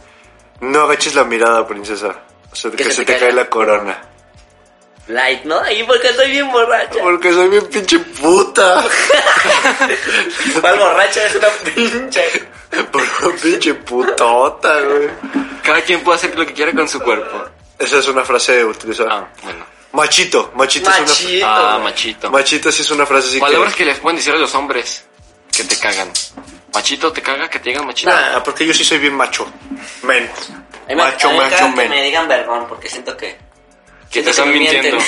C: No agaches la mirada, princesa. O sea, que, se, te, cae la corona.
B: Light, ¿no? Ahí porque estoy bien borracha.
C: Porque soy bien pinche puta.
B: ¿Cuál borracha es una pinche?
C: Por una pinche putota, güey.
A: Cada quien puede hacer lo que quiera con su cuerpo.
C: Esa es una frase utilizada.
A: Ah, bueno.
C: Machito, machito, es
B: Machito.
A: Ah,
B: güey.
A: machito.
C: una... Machito sí es una frase así
A: Palabras
C: que...
A: que les pueden decir a los hombres que te cagan. Machito, ¿te caga que te digan machito?
C: Nah, Ah, porque yo sí soy bien macho. Men.
B: A mí me-
C: Macho,
B: a mí me
C: macho,
B: caga que
C: men.
B: me digan vergón porque siento que.
A: que
B: siento
A: te están
B: me mienten.
A: mintiendo.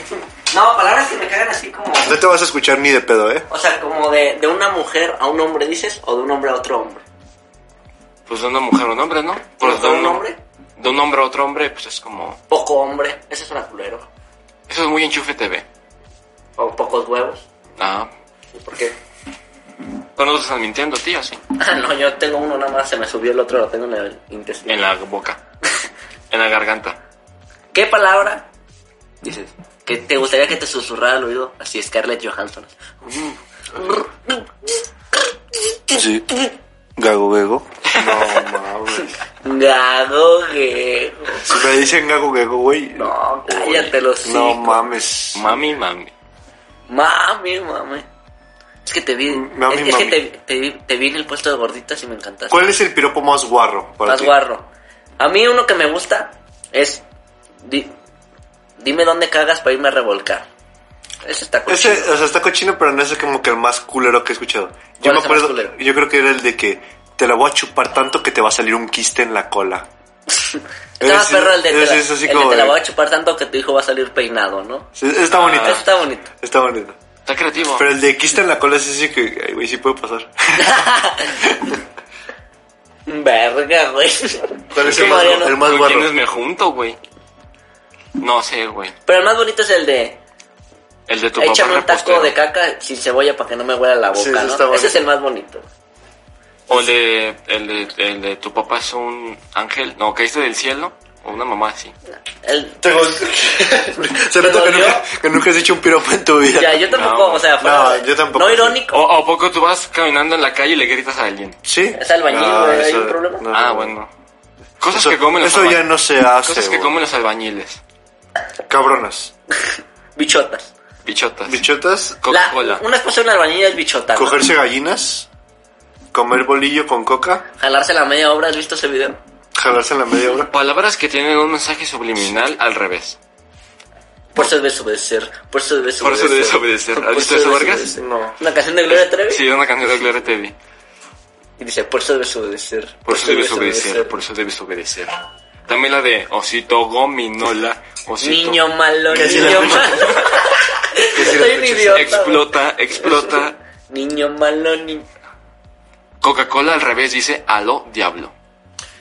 B: no, palabras que me cagan así como.
C: No te vas a escuchar ni de pedo, ¿eh?
B: O sea, como de, de una mujer a un hombre dices o de un hombre a otro hombre.
A: Pues de una mujer o un hombre, ¿no?
B: ¿De un hombre?
A: De de un hombre a otro hombre, pues es como.
B: Poco hombre, ese suena culero.
A: Eso es muy enchufe TV.
B: O pocos huevos.
A: Ah,
B: Sí, ¿Por qué?
A: no nos están mintiendo, tío, así.
B: Ah, no, yo tengo uno nada más, se me subió el otro, lo tengo en el intestino.
A: En la boca. en la garganta.
B: ¿Qué palabra
A: Dices.
B: que te gustaría que te susurrara al oído? Así Scarlett Johansson.
C: Sí. Gago Gego. No mames.
B: Gago, que...
C: Si me dicen Gago Gego, güey.
B: No, cállate los
C: No mames.
A: Mami, mami.
B: Mami, mami. Es que te vi.
C: Mami,
B: es, es que
C: mami.
B: te, te vi, te vi en el puesto de gorditas y me encantaste.
C: ¿Cuál es el piropo más guarro para
B: Más
C: ti?
B: guarro. A mí uno que me gusta es. di- dime dónde cagas para irme a revolcar. Ese está cool.
C: Ese, o sea, está cochino, pero no es como que el más culero que he escuchado. Yo
B: ¿Cuál
C: me
B: es el más
C: acuerdo,
B: culero?
C: yo creo que era el de que te la voy a chupar tanto que te va a salir un quiste en la cola.
B: Estaba
C: ese-
B: perro el de, te
C: ese
B: la-
C: es así
B: el de
C: como
B: te la
C: de-
B: voy a chupar tanto que tu hijo va a salir peinado, ¿no?
C: Sí, Está bonito,
B: Ese está bonito.
C: está bonito.
A: Está creativo.
C: Pero el de quiste en la cola es así que, ay, güey, sí puede pasar.
B: Verga, güey.
C: ¿Cuál es el
B: Como
C: más,
B: Mariano.
C: el más
A: ¿Con
C: guarro?
A: quiénes me junto, güey? No sé, güey.
B: Pero el más bonito es el de.
A: El de tu papá
B: Échame un taco
A: repostero.
B: de caca sin cebolla para que no me huela la boca,
C: Sí, ese
B: ¿no?
C: está bonito.
B: Ese es el más bonito.
A: O el de, el de, el de tu papá es un ángel. No, caíste del cielo. O una mamá así.
B: El,
C: Te gol- Se
B: ¿Te
C: nota que
B: dolió?
C: nunca, que nunca has hecho un piropo en tu vida.
B: Ya, yo tampoco,
A: No,
B: o sea, fuera
C: no,
B: de-
C: yo tampoco. Oh.
B: No irónico.
A: O, o a poco tú vas caminando en la calle y le gritas a alguien.
C: ¿Sí?
B: Es albañil,
C: No,
B: güey, ¿hay
C: eso-
B: un problema?
C: no.
A: Ah, bueno. Cosas
C: Eso,
A: que comen los
C: eso ya no se hace.
A: Cosas que
C: güey.
A: comen los albañiles.
C: Cabronas.
B: Bichotas.
A: Bichotas.
C: Bichotas,
A: Coca-Cola.
B: La- una esposa de una albañil es bichota. ¿no?
C: cogerse gallinas, comer bolillo con coca,
B: Jalarse la media obra, ¿has visto ese video?
C: jalarse en la media hora.
A: Palabras que tienen un mensaje subliminal al revés.
B: Por eso debes obedecer. Por eso debes
A: Por eso
B: obedecer.
A: debes obedecer. ¿Has
B: Por
A: visto
B: eso
A: eso,
B: debes
A: Vargas?
B: obedecer.
C: No.
B: Una canción de Gloria Trevi.
A: Sí, una canción de Gloria Trevi.
B: Y dice, por eso debes obedecer.
A: Por eso debes obedecer, por eso debes obedecer. También la de Osito Gominola, Osito.
B: Niño malo,
C: Que si la
B: niño
C: escuchas-
B: malo.
C: si la
B: Soy un
C: escuchas,
B: idiota.
A: Explota,
B: güey.
A: explota.
B: Niño malo, niño.
A: Coca-Cola al revés dice Aló Diablo.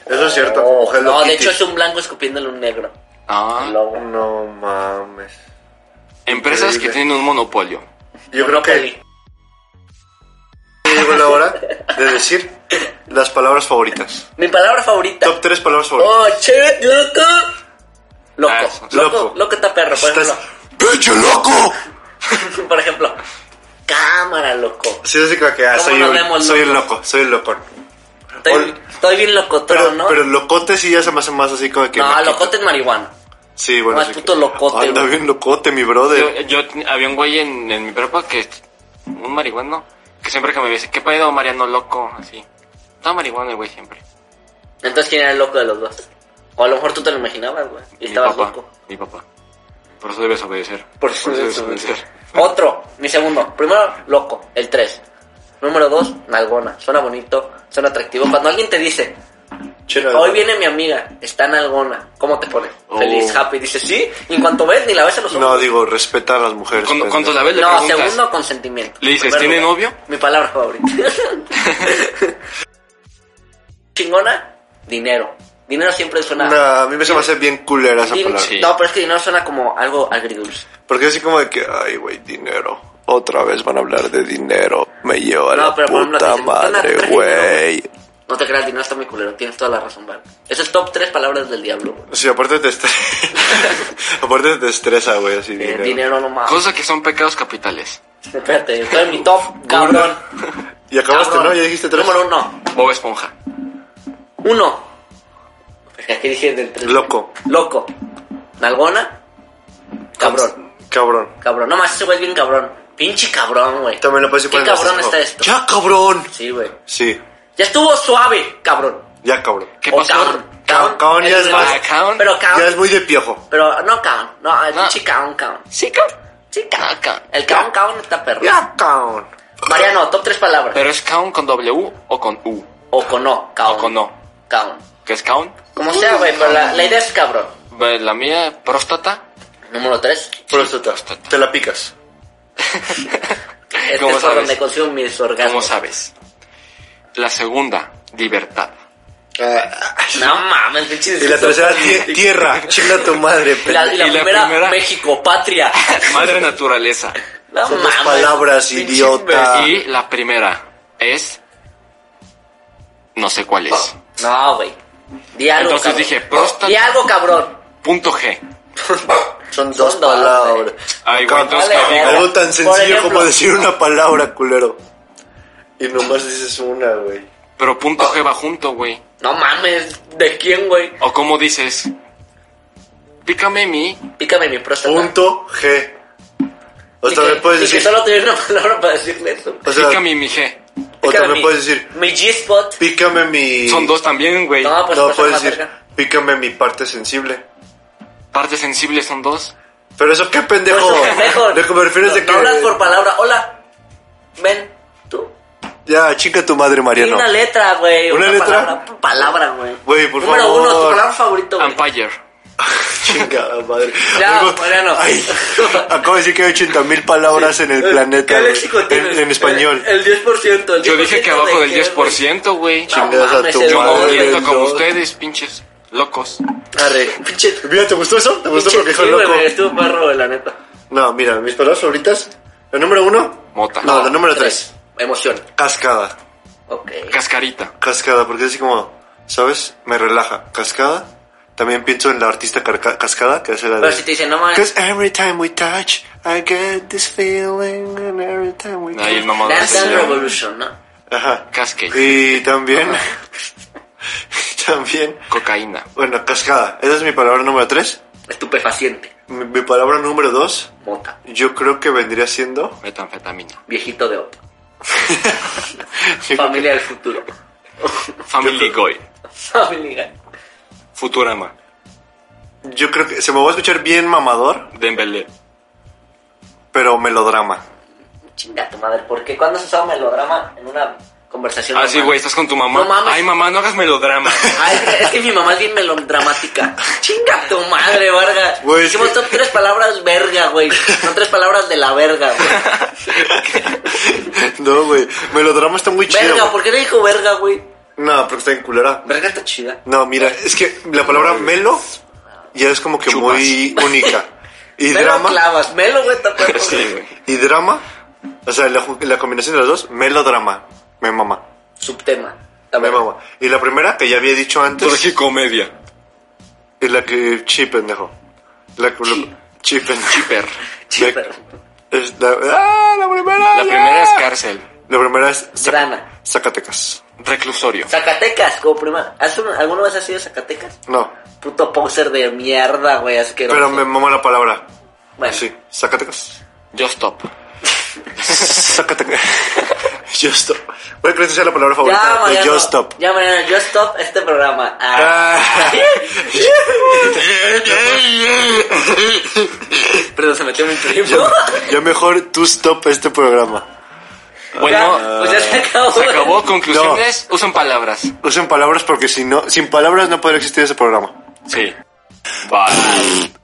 C: Eso es cierto. Oh, Hello
B: no, de
C: Kitty.
B: hecho es un blanco escupiéndole un negro.
A: Ah,
B: Lobo.
C: No mames.
A: empresas que
C: Increíble.
A: tienen un monopolio.
C: Yo creo que ya llegó la hora de decir las palabras favoritas.
B: Mi palabra favorita.
C: Top 3 palabras favoritas.
B: Oh, shit, loco. Loco,
A: Ah, eso.
B: loco,
C: Loco.
B: loco, está perro, por
C: Estás...
B: ejemplo.
C: ¡Pinche loco!
B: por ejemplo, cámara, loco.
C: Sí, así como que ah,
B: ¿Cómo
C: soy,
B: nos
C: un-
B: vemos
C: soy el loco, soy el loco.
B: Estoy,
C: Ol-
B: estoy bien locotrón,
C: Pero,
B: ¿no?
C: pero locote sí ya se me hace más así como que.
B: no,
C: loquito.
B: locote es marihuana.
C: Sí, bueno.
B: Más
C: sí
B: puto locote,
C: Anda
B: güey. eh,
C: bien locote, mi
A: Yo,
C: brother.
A: yo t- había un güey en, en mi prepa que. Un marihuano. Que siempre que me dice, ¿qué pedo, Mariano loco? Así. Estaba marihuano el güey siempre.
B: Entonces, ¿quién era el loco de los dos? O a lo mejor tú te lo imaginabas, güey. Y
A: Mi
B: estabas
A: papá.
B: loco.
A: Mi papá. Por eso debes obedecer.
B: Por eso debes Otro, mi segundo. Primero, loco, el tres. Número dos, nalgona. Suena bonito, suena atractivo. Cuando alguien te dice,
C: Che,
B: hoy viene mi amiga, está nalgona, ¿cómo te pones?
A: Oh.
B: Feliz, happy. Dices, sí. Y en cuanto ves, ni la ves a los ojos.
C: No, digo, respeta a las mujeres. pues,
A: Cuando,
C: pendejo.
A: cuando la ves le
B: No,
A: preguntas.
B: segundo consentimiento.
A: Le dices,
B: Primer
A: ¿tiene
B: lugar.
A: novio?
B: Mi palabra favorita. Chingona, dinero. Dinero siempre suena.
C: No, a mí me se me hace bien culera esa
B: Din-
C: palabra.
A: Sí.
B: No, pero es que dinero suena como algo agridulce.
C: Porque así como de que, ay, güey, dinero. Otra vez van a hablar de dinero. Me lleva
B: No,
C: la
B: pero por ejemplo,
C: puta
B: dicen,
C: madre,
B: "Suena trágico,
C: güey.
B: No te creas, dinero está muy culero. Tienes toda la razón, Val. Es el top 3 palabras del diablo. güey.
C: Sí, aparte te estresa. aparte te estresa, güey, así
B: Eh,
C: dinero.
B: dinero no más.
A: Cosas que son pecados capitales.
B: Espérate, estoy en mi top, cabrón.
C: Y acabaste,
B: Cabrón.
C: ¿no? Ya dijiste tres.
B: Número uno.
A: Bob Esponja.
B: Uno. Aquí dije del tres.
C: Loco.
B: Loco. Nalgona. Cabrón.
C: Cabrón.
B: Cabrón, no más ese güey es bien cabrón. Pinche cabrón, güey.
C: También lo puedes
B: ¿Qué
C: poner en
B: cabrón
C: las-
B: está esto?
C: ¡Ya, cabrón!
B: Sí, güey.
C: Sí,
B: Ya estuvo suave, cabrón.
C: ya, cabrón.
A: ¿Qué
B: O
A: pasó?
B: cabrón.
C: Cabrón, cabrón ya es
B: Eh,
C: más-
A: cabrón.
B: Pero
C: Ya es
B: cabrón.
C: muy de piojo.
B: Pero no cabrón. No, el
A: No.
B: pinche cabrón, cabrón.
A: Sí, cabrón.
B: Sí, cabrón.
A: Ah, cabrón.
B: El cabrón, cabrón está perro.
C: Ya, cabrón.
B: Mariano, top tres palabras.
A: Pero es count con W o con U.
B: O con no, cabrón.
A: O con no.
B: Cabrón.
A: ¿Qué es count?
B: Como sea, güey, pero la, la idea es cabrón.
A: Ve, La mía, próstata.
B: Número tres.
C: Próstata. Te la picas.
B: Este
A: ¿Cómo
B: es por
A: sabes?
B: donde consigo mis orgasmos.
A: ¿Cómo sabes? La segunda, libertad.
B: Eh,
C: Ah,
B: No mames, pinche
C: y la
B: desgraciado.
C: tercera, tie- tierra. Chinga tu madre,
B: Y la, y la
A: y la
B: primera,
A: primera-
B: México, patria.
A: Madre naturaleza.
B: No
C: Son dos palabras,
B: Pinche
C: idiota. Ah.
A: Y la primera es. No sé cuál es.
B: imbécil. No, güey. Di algo,
A: Entonces
B: cabrón.
A: dije, próstata.
B: Di algo, cabrón.
A: Punto G.
C: Son dos
B: dos,
C: palabras.
A: Ay, güey, entonces
B: Vale,
A: ¿qué digo?
B: verga.
C: Algo tan
B: Por
C: sencillo
B: ejemplo.
C: como decir una palabra, culero. Y nomás dices una, güey.
A: Pero punto G va junto, güey.
B: No mames, ¿de quién, güey?
A: O como dices. Pícame mi.
B: Pícame mi próstata.
C: Punto G. O
B: Y
C: también
B: que-
C: puedes
B: y que
C: decir.
B: solo tenía una palabra para decirle eso.
C: O sea,
A: Pícame mi G.
C: o
B: Pícame
C: también
B: mi-
C: puedes decir.
B: Mi G-spot.
C: Pícame mi.
A: Son dos también, güey.
B: No, pues
C: No,
B: pues,
C: puedes
B: más
C: decir.
B: verga.
C: Pícame mi parte sensible.
A: Partes sensibles son dos.
C: Pero eso qué
B: Por
C: pendejo.
B: eso, pendejo.
C: Lo que me refiero es
B: No-
C: de que.
B: No hablas por palabra. Hola. Ven, tú.
C: Ya, chica tu madre,
B: Tiene
C: Mariano.
B: una letra, güey.
C: ¿Una letra?
B: Palabra, p- palabra, güey.
C: Güey, por
B: Número
C: favor.
B: uno, tu palabra favorita, güey.
A: Empire.
C: Chingada madre.
B: Ya,
C: Algo-
B: Mariano.
C: Ay, acabo de decir que hay 80 mil palabras en el planeta.
B: Eh, ¿Qué
C: güey.
B: léxico
C: En-
B: tienes?
C: En, español.
B: El, el 10%. El
A: Yo dije que
B: 10%
A: abajo
B: de
A: del
B: qué, güey.
A: 10%, güey.
B: No
C: Chingas a
B: mames,
C: tu
B: el
A: Yo no
C: madre.
B: güey.
A: miento como
C: no.
A: ustedes, pinches locos.
B: Arre. Pinche.
C: Mira, ¿te gustó eso? ¿Te gustó
B: pinche-
C: lo que dijo
B: sí,
C: el
B: güey,
C: loco?
B: güey, Estuvo perro, güey, la neta.
C: No, mira, mis palabras favoritas. La número uno.
A: Mota.
C: No, la número tres.
B: Emoción.
C: Cascada.
B: Ok.
A: Cascarita.
C: Cascada, porque es así como, ¿sabes? Me relaja. Cascada. También pienso en la artista Carca- Cascada, que hace la de...
B: Pero si te dicen, no mames.
C: Cause every time we touch, I get this feeling, and every time we
A: Ahí el
C: touch-
A: mamador.
B: Dance Dance
A: Sí.
B: Revolution, ¿no?
C: Ajá.
A: Casque.
C: Y también... también...
A: Cocaína.
C: Bueno, cascada. Esa es mi palabra número tres.
B: Estupefaciente.
C: Mi, mi palabra número dos,
B: Mota.
C: yo creo que vendría siendo...
A: Metanfetamina.
B: Viejito de Opa.
C: yo creo que-
B: Familia del futuro.
A: Family Guy.
B: Familia.
A: Futurama.
C: Yo creo que se me va a escuchar bien mamador,
A: Dembélé.
C: pero melodrama.
B: Chinga tu madre, ¿por qué? ¿Cuándo se usaba melodrama en una conversación?
A: Ah, sí,
B: normal?
A: güey, estás con tu mamá.
B: No mames.
A: Ay, mamá, no hagas melodrama.
B: Ay, es que mi mamá es bien melodramática. Chinga tu madre, verga.
C: Güey, es
B: Hicimos
C: que-
B: top tres palabras verga, güey. Son tres palabras de la verga, güey.
C: No, güey. Melodrama está muy chido.
B: Verga,
C: güey.
B: ¿por qué le dijo verga, güey?
C: No, porque está en culera.
B: Verga está chida.
C: No, mira, es que la palabra melo ya es como que
A: Chupas.
C: muy única. Y
B: Melo
C: drama,
B: clavas, melo, güey, está perro,
A: sí,
B: güey.
A: güey.
C: y drama, o sea, la, ju- la combinación de las dos, melodrama, me mama,
B: Subtema. La
C: me
B: verga.
C: mama. Y la primera, que ya había dicho antes,
A: Tragicomedia.
C: es la que, chi, pendejo. La que,
B: Chi.
C: chi, pendejo.
A: Chipper.
B: Sí,
C: La-
B: pero-
C: Es la, ah, la primera.
A: La
C: ya.
A: primera es cárcel.
C: La primera es Zac-
B: Grana.
C: Zacatecas.
A: Reclusorio.
B: Zacatecas, como prima. ¿Has un- ¿Alguna vez has ido a Zacatecas?
C: No,
B: Puto poser de mierda, güey, asqueroso.
C: pero me mama la palabra.
B: Bueno,
C: Sí, Zacatecas.
A: Just Stop.
C: Sácate. Just stop. Voy a creer que sea la palabra
B: ya,
C: favorita. de
B: Mariano,
C: Just stop.
B: Ya, Mariano, yo stop este programa. Ah,
C: Ah,
B: perdón, se metió mi primo.
C: ya mejor tú stop este programa.
B: Ya,
A: Bueno,
B: pues ya se acabó.
A: se acabó. Conclusiones, usan palabras.
C: Usen palabras porque si no, sin palabras no podría existir ese programa.
A: Sí. Bye.